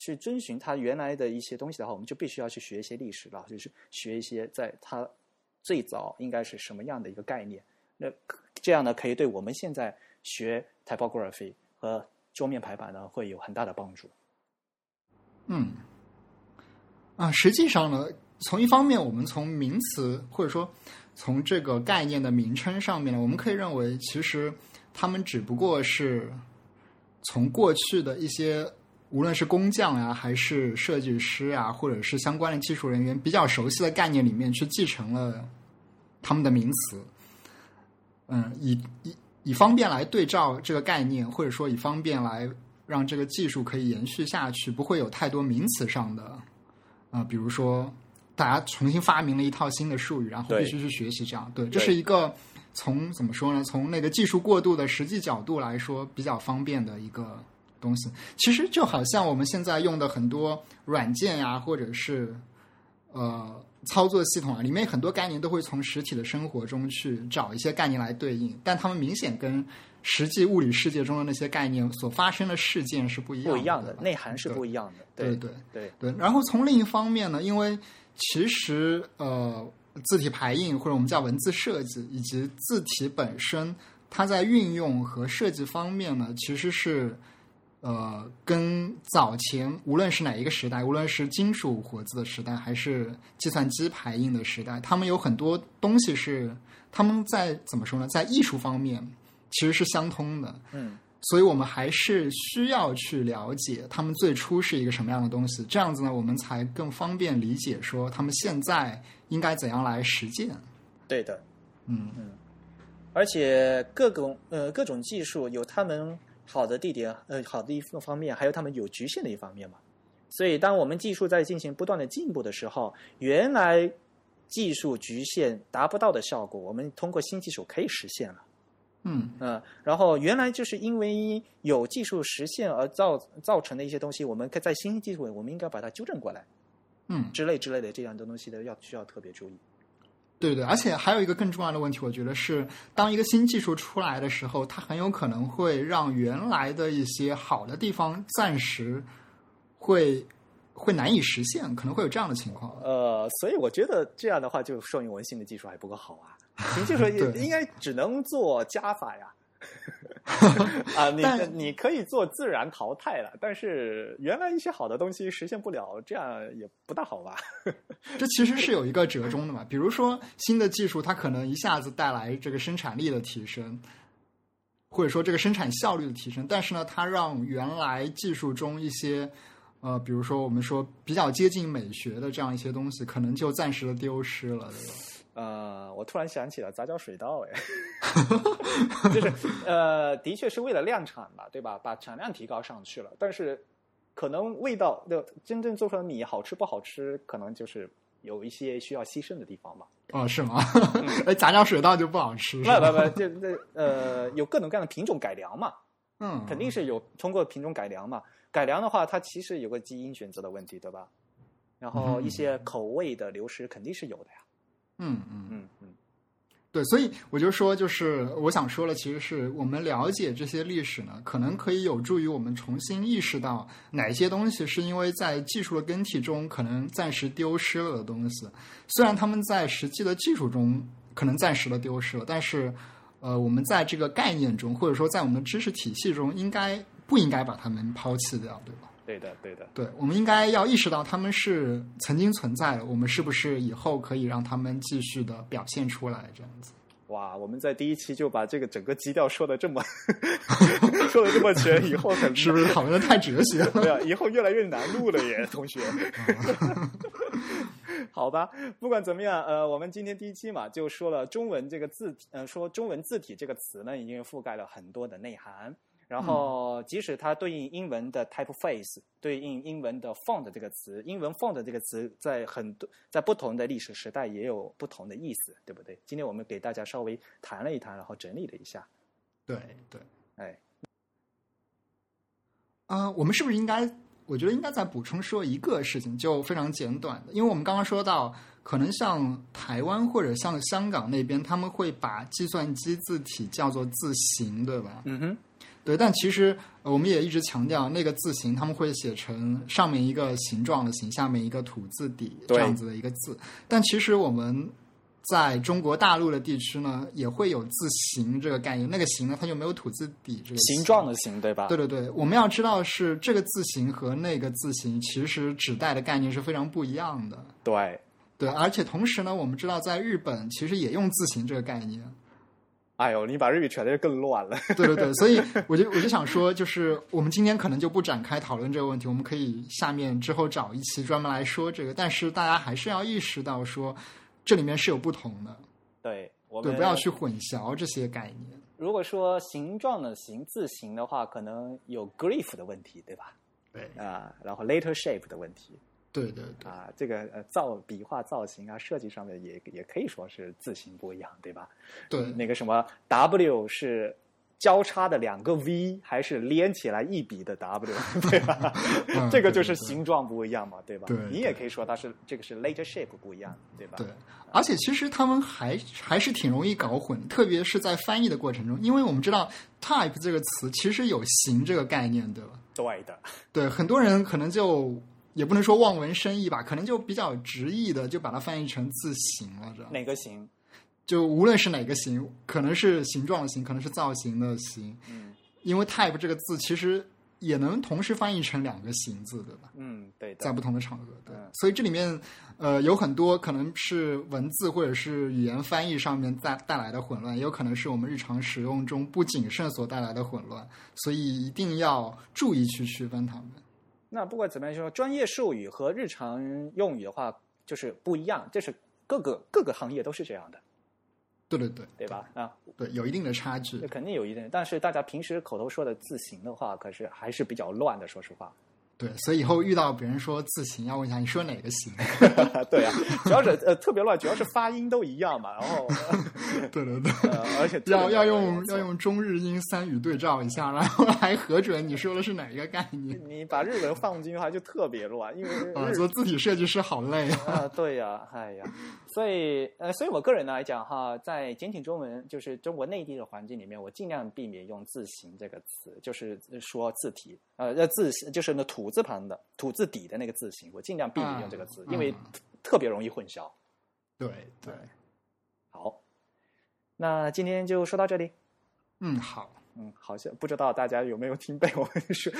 [SPEAKER 1] 去遵循它原来的一些东西的话，我们就必须要去学一些历史了，就是学一些在它最早应该是什么样的一个概念。那可这样呢，可以对我们现在学 typography 和桌面排版呢，会有很大的帮助。
[SPEAKER 2] 嗯，啊，实际上呢，从一方面，我们从名词或者说从这个概念的名称上面呢，我们可以认为，其实他们只不过是从过去的一些，无论是工匠呀、还是设计师啊，或者是相关的技术人员比较熟悉的概念里面去继承了他们的名词。嗯，以以以方便来对照这个概念，或者说以方便来让这个技术可以延续下去，不会有太多名词上的啊、呃比如说大家重新发明了一套新的术语，然后
[SPEAKER 1] 对
[SPEAKER 2] 必须去学习这样。对，这
[SPEAKER 1] 对
[SPEAKER 2] 是一个从怎么说呢？从那个技术过渡的实际角度来说，比较方便的一个东西。其实就好像我们现在用的很多软件呀、或者是呃操作系统啊，里面很多概念都会从实体的生活中去找一些概念来对应，但它们明显跟实际物理世界中的那些概念所发生的事件是不一样
[SPEAKER 1] 不一样
[SPEAKER 2] 的
[SPEAKER 1] 的
[SPEAKER 2] 吧，
[SPEAKER 1] 内涵是不一样的。
[SPEAKER 2] 对
[SPEAKER 1] 对
[SPEAKER 2] 对
[SPEAKER 1] 对
[SPEAKER 2] 对。然后从另一方面呢，因为其实呃字体排印或者我们叫文字设计以及字体本身，它在运用和设计方面呢，其实是呃，跟早前无论是哪一个时代，无论是金属活字的时代，还是计算机排印的时代，他们有很多东西是他们在怎么说呢，在艺术方面其实是相通的。
[SPEAKER 1] 嗯，
[SPEAKER 2] 所以我们还是需要去了解他们最初是一个什么样的东西，这样子呢，我们才更方便理解说他们现在应该怎样来实践。
[SPEAKER 1] 对的。
[SPEAKER 2] 嗯，
[SPEAKER 1] 而且各种呃各种技术有他们好的地点，呃好的一个方面，还有他们有局限的一方面嘛。所以，当我们技术在进行不断的进步的时候，原来技术局限达不到的效果，我们通过新技术可以实现了。
[SPEAKER 2] 嗯，
[SPEAKER 1] 嗯，然后原来就是因为有技术实现而造造成的一些东西，我们可以在新技术，我们应该把它纠正过来，
[SPEAKER 2] 嗯，
[SPEAKER 1] 之类之类的这样的东西的要需要特别注意。
[SPEAKER 2] 对对，而且还有一个更重要的问题，我觉得是，当一个新技术出来的时候，它很有可能会让原来的一些好的地方暂时会会难以实现，可能会有这样的情况。
[SPEAKER 1] 呃，所以我觉得这样的话，就说明文信的技术还不够好啊。纯技 术
[SPEAKER 2] 对
[SPEAKER 1] 应该只能做加法 呀。啊，你
[SPEAKER 2] 但
[SPEAKER 1] 你可以做自然淘汰了，但是原来一些好的东西实现不了，这样也不大好吧？
[SPEAKER 2] 这其实是有一个折中的嘛，比如说新的技术，它可能一下子带来这个生产力的提升，或者说这个生产效率的提升，但是呢，它让原来技术中一些呃，比如说我们说比较接近美学的这样一些东西，可能就暂时的丢失了，对吧？
[SPEAKER 1] 呃，我突然想起了杂交水稻，哎， 就是呃，的确是为了量产嘛，对吧？把产量提高上去了，但是可能味道的真正做出来的米好吃不好吃，可能就是有一些需要牺牲的地方吧。
[SPEAKER 2] 哦，是吗？
[SPEAKER 1] 嗯
[SPEAKER 2] 哎，杂交水稻就不好吃，是
[SPEAKER 1] 不不
[SPEAKER 2] 吧？
[SPEAKER 1] 不，这这呃，有各种各样的品种改良嘛，
[SPEAKER 2] 嗯，
[SPEAKER 1] 肯定是有通过品种改良嘛。改良的话，它其实有个基因选择的问题，对吧？然后一些口味的流失肯定是有的呀。
[SPEAKER 2] 嗯嗯，
[SPEAKER 1] 嗯嗯
[SPEAKER 2] 对，所以我就说，就是我想说的，其实是我们了解这些历史呢，可能可以有助于我们重新意识到哪些东西是因为在技术的更替中可能暂时丢失了的东西。虽然他们在实际的技术中可能暂时的丢失了，但是，呃，我们在这个概念中，或者说在我们的知识体系中，应该不应该把它们抛弃掉，对吧？
[SPEAKER 1] 对的对的。
[SPEAKER 2] 对，我们应该要意识到他们是曾经存在的，我们是不是以后可以让他们继续的表现出来？这样子，
[SPEAKER 1] 哇，我们在第一期就把这个整个基调说的这么 说的这么全，以后很
[SPEAKER 2] 是不是讨论的太哲学 了？
[SPEAKER 1] 对啊，以后越来越难录了 耶，同学。好吧，不管怎么样，呃，我们今天第一期嘛，就说了中文这个字体，呃，说中文字体这个词呢，已经覆盖了很多的内涵。然后，即使它对应英文的 typeface，对应英文的 font 这个词，英文 font 这个词在很多在不同的历史时代也有不同的意思，对不对？今天我们给大家稍微谈了一谈，然后整理了一下。
[SPEAKER 2] 对对，
[SPEAKER 1] 哎，
[SPEAKER 2] 啊、我们是不是应该？我觉得应该再补充说一个事情，就非常简短的，因为我们刚刚说到，可能像台湾或者像香港那边，他们会把计算机字体叫做字形，对吧？
[SPEAKER 1] 嗯哼，
[SPEAKER 2] 对，但其实、呃我们也一直强调，那个字形他们会写成上面一个形状的形，下面一个土字底
[SPEAKER 1] 对
[SPEAKER 2] 这样子的一个字。但其实我们在中国大陆的地区呢，也会有字形这个概念。那个形呢，它就没有土字底这个
[SPEAKER 1] 形状。的形，对吧？
[SPEAKER 2] 对对对，我们要知道是这个字形和那个字形其实指代的概念是非常不一样的。
[SPEAKER 1] 对，
[SPEAKER 2] 对，而且同时呢，我们知道在日本其实也用字形这个概念。
[SPEAKER 1] 哎呦，你把日语全的更乱了。
[SPEAKER 2] 对对对，所以我就我就想说，就是我们今天可能就不展开讨论这个问题，我们可以下面之后找一期专门来说这个。但是大家还是要意识到说，这里面是有不同的，
[SPEAKER 1] 对，我
[SPEAKER 2] 对，
[SPEAKER 1] 们
[SPEAKER 2] 不要去混淆这些概念。
[SPEAKER 1] 如果说形状的形字形的话，可能有 grief 的问题，对吧？
[SPEAKER 2] 对
[SPEAKER 1] 啊、然后 letter shape 的问题
[SPEAKER 2] 对对对
[SPEAKER 1] 啊、这个呃造笔画造型啊，设计上面也也可以说是字形不一样，对吧？
[SPEAKER 2] 对
[SPEAKER 1] 那个什么 W 是交叉的两个 V，还是连起来一笔的 W，对吧？
[SPEAKER 2] 嗯
[SPEAKER 1] 这个就是
[SPEAKER 2] 对对
[SPEAKER 1] 形状不一样嘛，对吧？
[SPEAKER 2] 对
[SPEAKER 1] 你也
[SPEAKER 2] 对
[SPEAKER 1] 可以说它是这个是 letter shape 不一样，对吧？
[SPEAKER 2] 对，而且其实他们还还是挺容易搞混，特别是在翻译的过程中，因为我们知道 type 这个词其实有形这个概念，对吧？
[SPEAKER 1] 对的，
[SPEAKER 2] 对，很多人可能就也不能说望文生义吧，可能就比较直译的就把它翻译成字形了，这样。
[SPEAKER 1] 哪个形？
[SPEAKER 2] 就无论是哪个形，可能是形状的形，可能是造型的形，
[SPEAKER 1] 嗯
[SPEAKER 2] 因为 type 这个字其实也能同时翻译成两个形字，对吧？
[SPEAKER 1] 嗯，对的
[SPEAKER 2] 在。不同的场合，对
[SPEAKER 1] 嗯，
[SPEAKER 2] 所以这里面呃有很多可能是文字或者是语言翻译上面带带来的混乱，也有可能是我们日常使用中不谨慎所带来的混乱，所以一定要注意去区分它们。
[SPEAKER 1] 那不管怎么样说，专业术语和日常用语的话，就是不一样，这是各个各个行业都是这样的，
[SPEAKER 2] 对对对，
[SPEAKER 1] 对吧？啊，
[SPEAKER 2] 对，有一定的差距
[SPEAKER 1] 这。肯定有一定，但是大家平时口头说的字形的话，可是还是比较乱的，说实话。
[SPEAKER 2] 对，所以以后遇到别人说字形，要问一下你说哪个形？
[SPEAKER 1] 对啊，主要是呃特别乱，主要是发音都一样嘛，然后
[SPEAKER 2] 对对 对，
[SPEAKER 1] 呃而且特别
[SPEAKER 2] 要要
[SPEAKER 1] 乱
[SPEAKER 2] 用要用中日英三语对照一下，然后来核准你说的是哪一个概念。
[SPEAKER 1] 你把日文放进去的话就特别乱，因为日
[SPEAKER 2] 啊，做字体设计师好累 啊！
[SPEAKER 1] 啊，对呀、哎呀，所以呃，所以我个人来讲哈，在简体中文就是中国内地的环境里面，我尽量避免用“字形”这个词，就是说字体，呃，呃字就是那土字旁的土字底的那个字形，我尽量避免用这个词，
[SPEAKER 2] 嗯
[SPEAKER 1] 因为
[SPEAKER 2] 嗯
[SPEAKER 1] 特特别容易混淆。
[SPEAKER 2] 对对，
[SPEAKER 1] 好，那今天就说到这里。
[SPEAKER 2] 嗯，好，
[SPEAKER 1] 嗯，好像不知道大家有没有听被我们说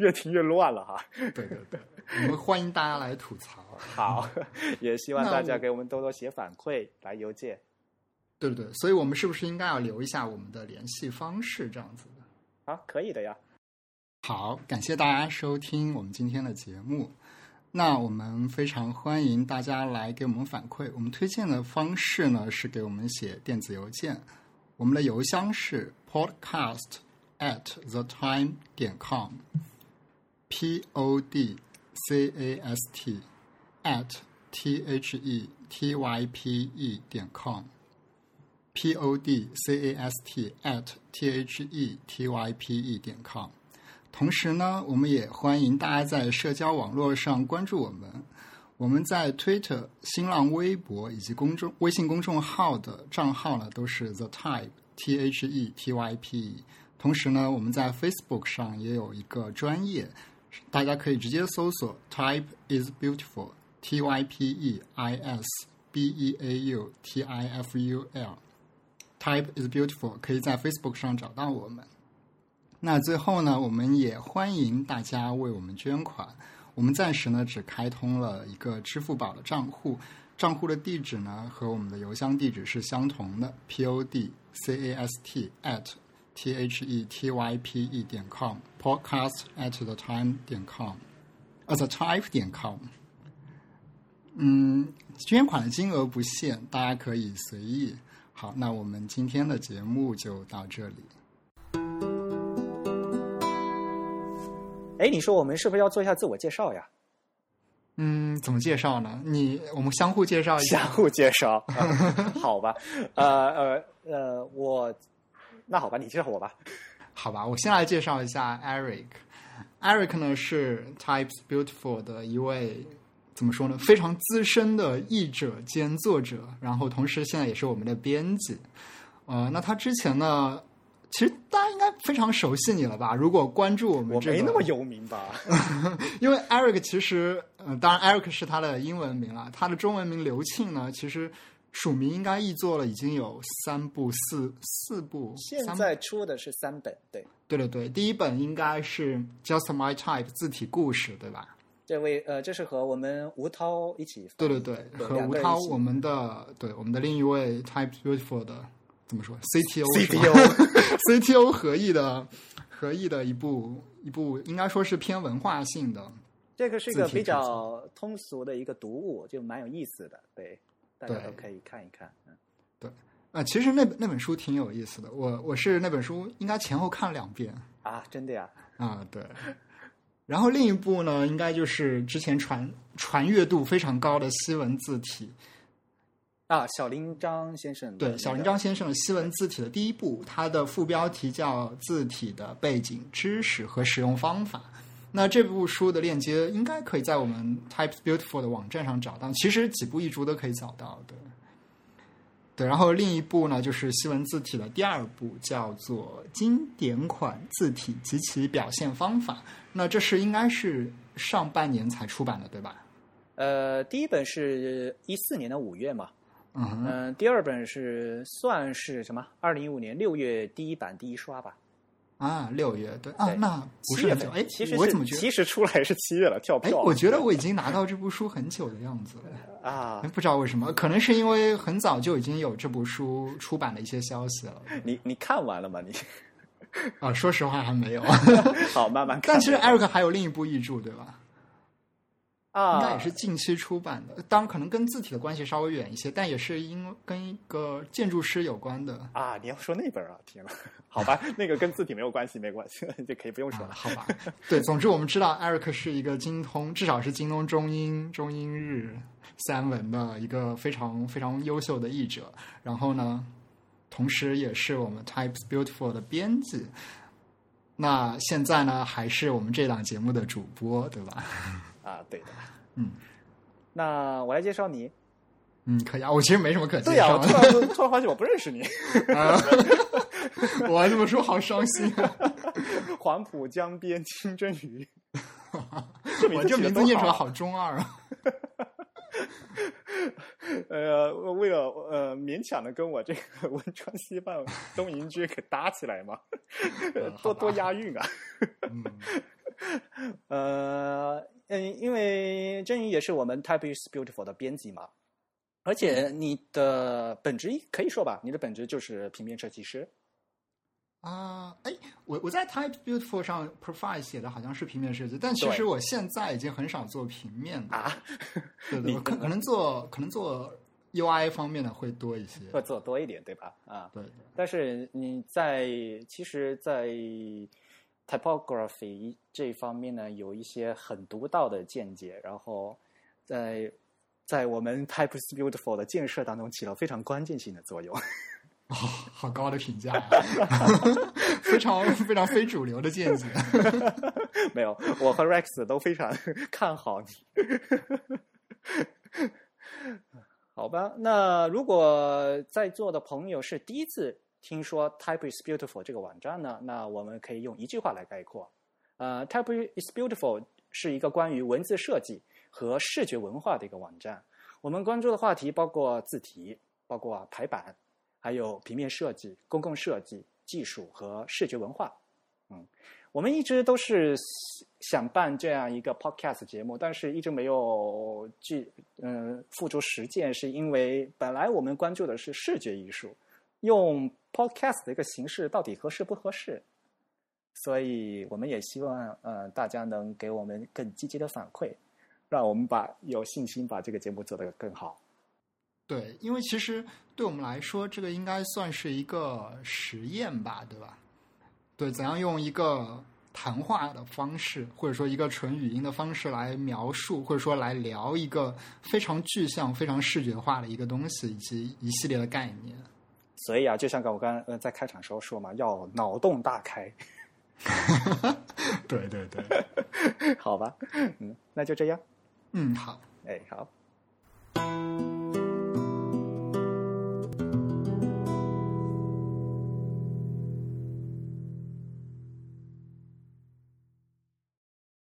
[SPEAKER 1] 越听越乱了哈。
[SPEAKER 2] 对对 对，我们欢迎大家来吐槽。啊
[SPEAKER 1] 好， 也希望
[SPEAKER 2] 那
[SPEAKER 1] 大家
[SPEAKER 2] 我
[SPEAKER 1] 给我们多多写反馈，来邮件。
[SPEAKER 2] 对对对，所以我们是不是应该要留一下我们的联系方式这样子的？
[SPEAKER 1] 啊，可以的呀。
[SPEAKER 2] 好，感谢大家收听我们今天的节目。那我们非常欢迎大家来给我们反馈。我们推荐的方式呢是给我们写电子邮件，我们的邮箱是 podcast at the time 点 com，p o d c a s t at t h e t y p e 点 com。p o d c a s t at t h e t y p e 点 com。同时呢，我们也欢迎大家在社交网络上关注我们。我们在 Twitter、新浪微博以及公众微信公众号的账号呢，都是 The Type T H E T Y P E。同时呢，我们在 Facebook 上也有一个专业，大家可以直接搜索 Type is Beautiful T Y P E I S B E A U T I F U L。Type is Beautiful 可以在 Facebook 上找到我们。那最后呢，我们也欢迎大家为我们捐款。我们暂时呢只开通了一个支付宝的账户，账户的地址呢和我们的邮箱地址是相同的，podcast at t h e t y p e 点 com，podcast at the time 点 com，at the type 点 com。嗯，捐款的金额不限，大家可以随意。好，那我们今天的节目就到这里。
[SPEAKER 1] 哎，你说我们是不是要做一下自我介绍呀？
[SPEAKER 2] 嗯，怎么介绍呢？你我们 相互介绍一
[SPEAKER 1] 相
[SPEAKER 2] 下。
[SPEAKER 1] 互介绍， 好吧？呃呃呃，我那好吧，你介绍我吧。
[SPEAKER 2] 好吧，我先来介绍一下 Eric。Eric 呢是 Types Beautiful 的一位怎么说呢，非常资深的译者兼作者，然后同时现在也是我们的编辑。呃，那他之前呢，其实大家应该非常熟悉你了吧？如果关注我们
[SPEAKER 1] 我
[SPEAKER 2] 这个，
[SPEAKER 1] 没那么有名 吧？
[SPEAKER 2] 因为 Eric 其实，呃，当然 Eric 是他的英文名啦，他的中文名刘庆呢，其实署名应该译作了已经有三部、四四部。
[SPEAKER 1] 现
[SPEAKER 2] 三部
[SPEAKER 1] 在出的是三本，对，
[SPEAKER 2] 对对对，第一本应该是《Just My Type》字体故事，对吧？
[SPEAKER 1] 这位呃，这是和我们吴涛一起
[SPEAKER 2] 对对对，
[SPEAKER 1] 对
[SPEAKER 2] 和
[SPEAKER 1] 两
[SPEAKER 2] 吴
[SPEAKER 1] 个人
[SPEAKER 2] 涛
[SPEAKER 1] 一起
[SPEAKER 2] 我们的对我们的另一位 Type Beautiful 的怎么说 CTO 是吧
[SPEAKER 1] CTO，
[SPEAKER 2] CTO 合译的合译的一部一部，应该说是偏文化性的。
[SPEAKER 1] 这个是一个
[SPEAKER 2] 字体
[SPEAKER 1] 比较通俗的一个读物，就蛮有意思的，对，大家
[SPEAKER 2] 对
[SPEAKER 1] 都可以看一看。嗯
[SPEAKER 2] 啊，其实那本那本书挺有意思的，我我是那本书应该前后看了两遍
[SPEAKER 1] 啊，真的呀？
[SPEAKER 2] 啊，对。然后另一部呢，应该就是之前传传阅度非常高的西文字体，
[SPEAKER 1] 啊，小林章先生的那
[SPEAKER 2] 对
[SPEAKER 1] 个
[SPEAKER 2] 小林章先生的西文字体的第一部，它的副标题叫《字体的背景、知识和使用方法》。那这部书的链接应该可以在我们 Types Beautiful 的网站上找到，其实几部一族都可以找到的。对，然后另一部呢，就是西文字体的第二部，叫做《经典款字体及其表现方法》。那这是应该是上半年才出版的，对吧？
[SPEAKER 1] 呃，第一本是一四年的五月嘛，
[SPEAKER 2] 嗯哼，
[SPEAKER 1] 嗯、第二本是算是什么？二零一五年六月第一版第一刷吧，
[SPEAKER 2] 啊，六月对啊，
[SPEAKER 1] 对
[SPEAKER 2] 那不
[SPEAKER 1] 七
[SPEAKER 2] 是
[SPEAKER 1] 月
[SPEAKER 2] 很久
[SPEAKER 1] 份。
[SPEAKER 2] 哎，
[SPEAKER 1] 其实
[SPEAKER 2] 我
[SPEAKER 1] 是
[SPEAKER 2] 怎么觉得
[SPEAKER 1] 其实出来是七月了，跳
[SPEAKER 2] 哎，
[SPEAKER 1] 票了。
[SPEAKER 2] 我觉得我已经拿到这部书很久的样子了，哎
[SPEAKER 1] 啊，
[SPEAKER 2] 不知道为什么，可能是因为很早就已经有这部书出版的一些消息了。
[SPEAKER 1] 你你看完了吗？你
[SPEAKER 2] 啊，说实话还没有，
[SPEAKER 1] 好慢慢看。
[SPEAKER 2] 但其实 Eric 还有另一部译著，对吧？
[SPEAKER 1] 啊，
[SPEAKER 2] 应该也是近期出版的，当然可能跟字体的关系稍微远一些，但也是因为跟一个建筑师有关的。
[SPEAKER 1] 啊，你要说那本啊？天呐， 好吧，那个跟字体没有关系，没关系， 就可以不用说
[SPEAKER 2] 啊
[SPEAKER 1] 了。
[SPEAKER 2] 好吧， 对，总之我们知道 Eric 是一个精通，至少是精通中英、中英日三文的一个非常非常优秀的译者。然后呢，同时也是我们 Types Beautiful 的编辑。那现在呢，还是我们这档节目的主播，对吧？
[SPEAKER 1] 啊，对的，
[SPEAKER 2] 嗯，
[SPEAKER 1] 那我来介绍你。
[SPEAKER 2] 嗯，可以啊。我其实没什么可介
[SPEAKER 1] 对呀、
[SPEAKER 2] 绍
[SPEAKER 1] 我
[SPEAKER 2] 的
[SPEAKER 1] 突。然突然发现我不认识你。
[SPEAKER 2] 啊 我还这么说，好伤心、 啊。
[SPEAKER 1] 黄浦江边金针 鱼，这名
[SPEAKER 2] 我
[SPEAKER 1] 字
[SPEAKER 2] 这
[SPEAKER 1] 起得
[SPEAKER 2] 名字
[SPEAKER 1] 多
[SPEAKER 2] 念出来
[SPEAKER 1] 好
[SPEAKER 2] 好中二啊！
[SPEAKER 1] 呃，为了呃勉强的跟我这个汶川西畔东营居给搭起来 嘛，呃
[SPEAKER 2] 嗯
[SPEAKER 1] 多
[SPEAKER 2] 好吧
[SPEAKER 1] 多押韵啊。
[SPEAKER 2] 嗯，
[SPEAKER 1] 呃，嗯，因为郑宇也是我们 Type is Beautiful 的编辑嘛，而且你的本职可以说吧，你的本职就是平面设计师
[SPEAKER 2] 啊，哎，我我在 Type Beautiful 上 profile 写的好像是平面设计，但其
[SPEAKER 1] 对
[SPEAKER 2] 实我现在已经很少做平面的，
[SPEAKER 1] 啊，
[SPEAKER 2] 对
[SPEAKER 1] 你
[SPEAKER 2] 对，我可可能做可能做 UI 方面的会多一些，
[SPEAKER 1] 会做多一点对吧？啊，
[SPEAKER 2] 对，
[SPEAKER 1] 但是你在其实，在 typography 这方面呢，有一些很独到的见解，然后在在我们 Type is Beautiful 的建设当中起了非常关键性的作用。
[SPEAKER 2] 哦，好高的评价呀、啊 非常非常非主流的见解，
[SPEAKER 1] 没有，我和 Rex 都非常看好你。 好吧，那如果在座的朋友是第一次听说 Type is Beautiful 这个网站呢，那我们可以用一句话来概括：呃，Type is Beautiful 是一个关于文字设计和视觉文化的一个网站。我们关注的话题包括字体、包括排版，还有平面设计、公共设计、技术和视觉文化。我们一直都是想办这样一个 podcast 节目，但是一直没有去嗯付诸实践，是因为本来我们关注的是视觉艺术，用 podcast 的一个形式到底合适不合适，所以我们也希望呃大家能给我们更积极的反馈，让我们把有信心把这个节目做得更好。
[SPEAKER 2] 对，因为其实对我们来说，这个应该算是一个实验吧，对吧？对，怎样用一个谈话的方式，或者说一个纯语音的方式来描述，或者说来聊一个非常具象、非常视觉化的一个东西，以及一系列的概念。
[SPEAKER 1] 所以啊，就像我刚呃在开场时候说嘛，要脑洞大开，
[SPEAKER 2] 对对对，
[SPEAKER 1] 好吧？嗯，那就这样，
[SPEAKER 2] 嗯，好。
[SPEAKER 1] 哎，好，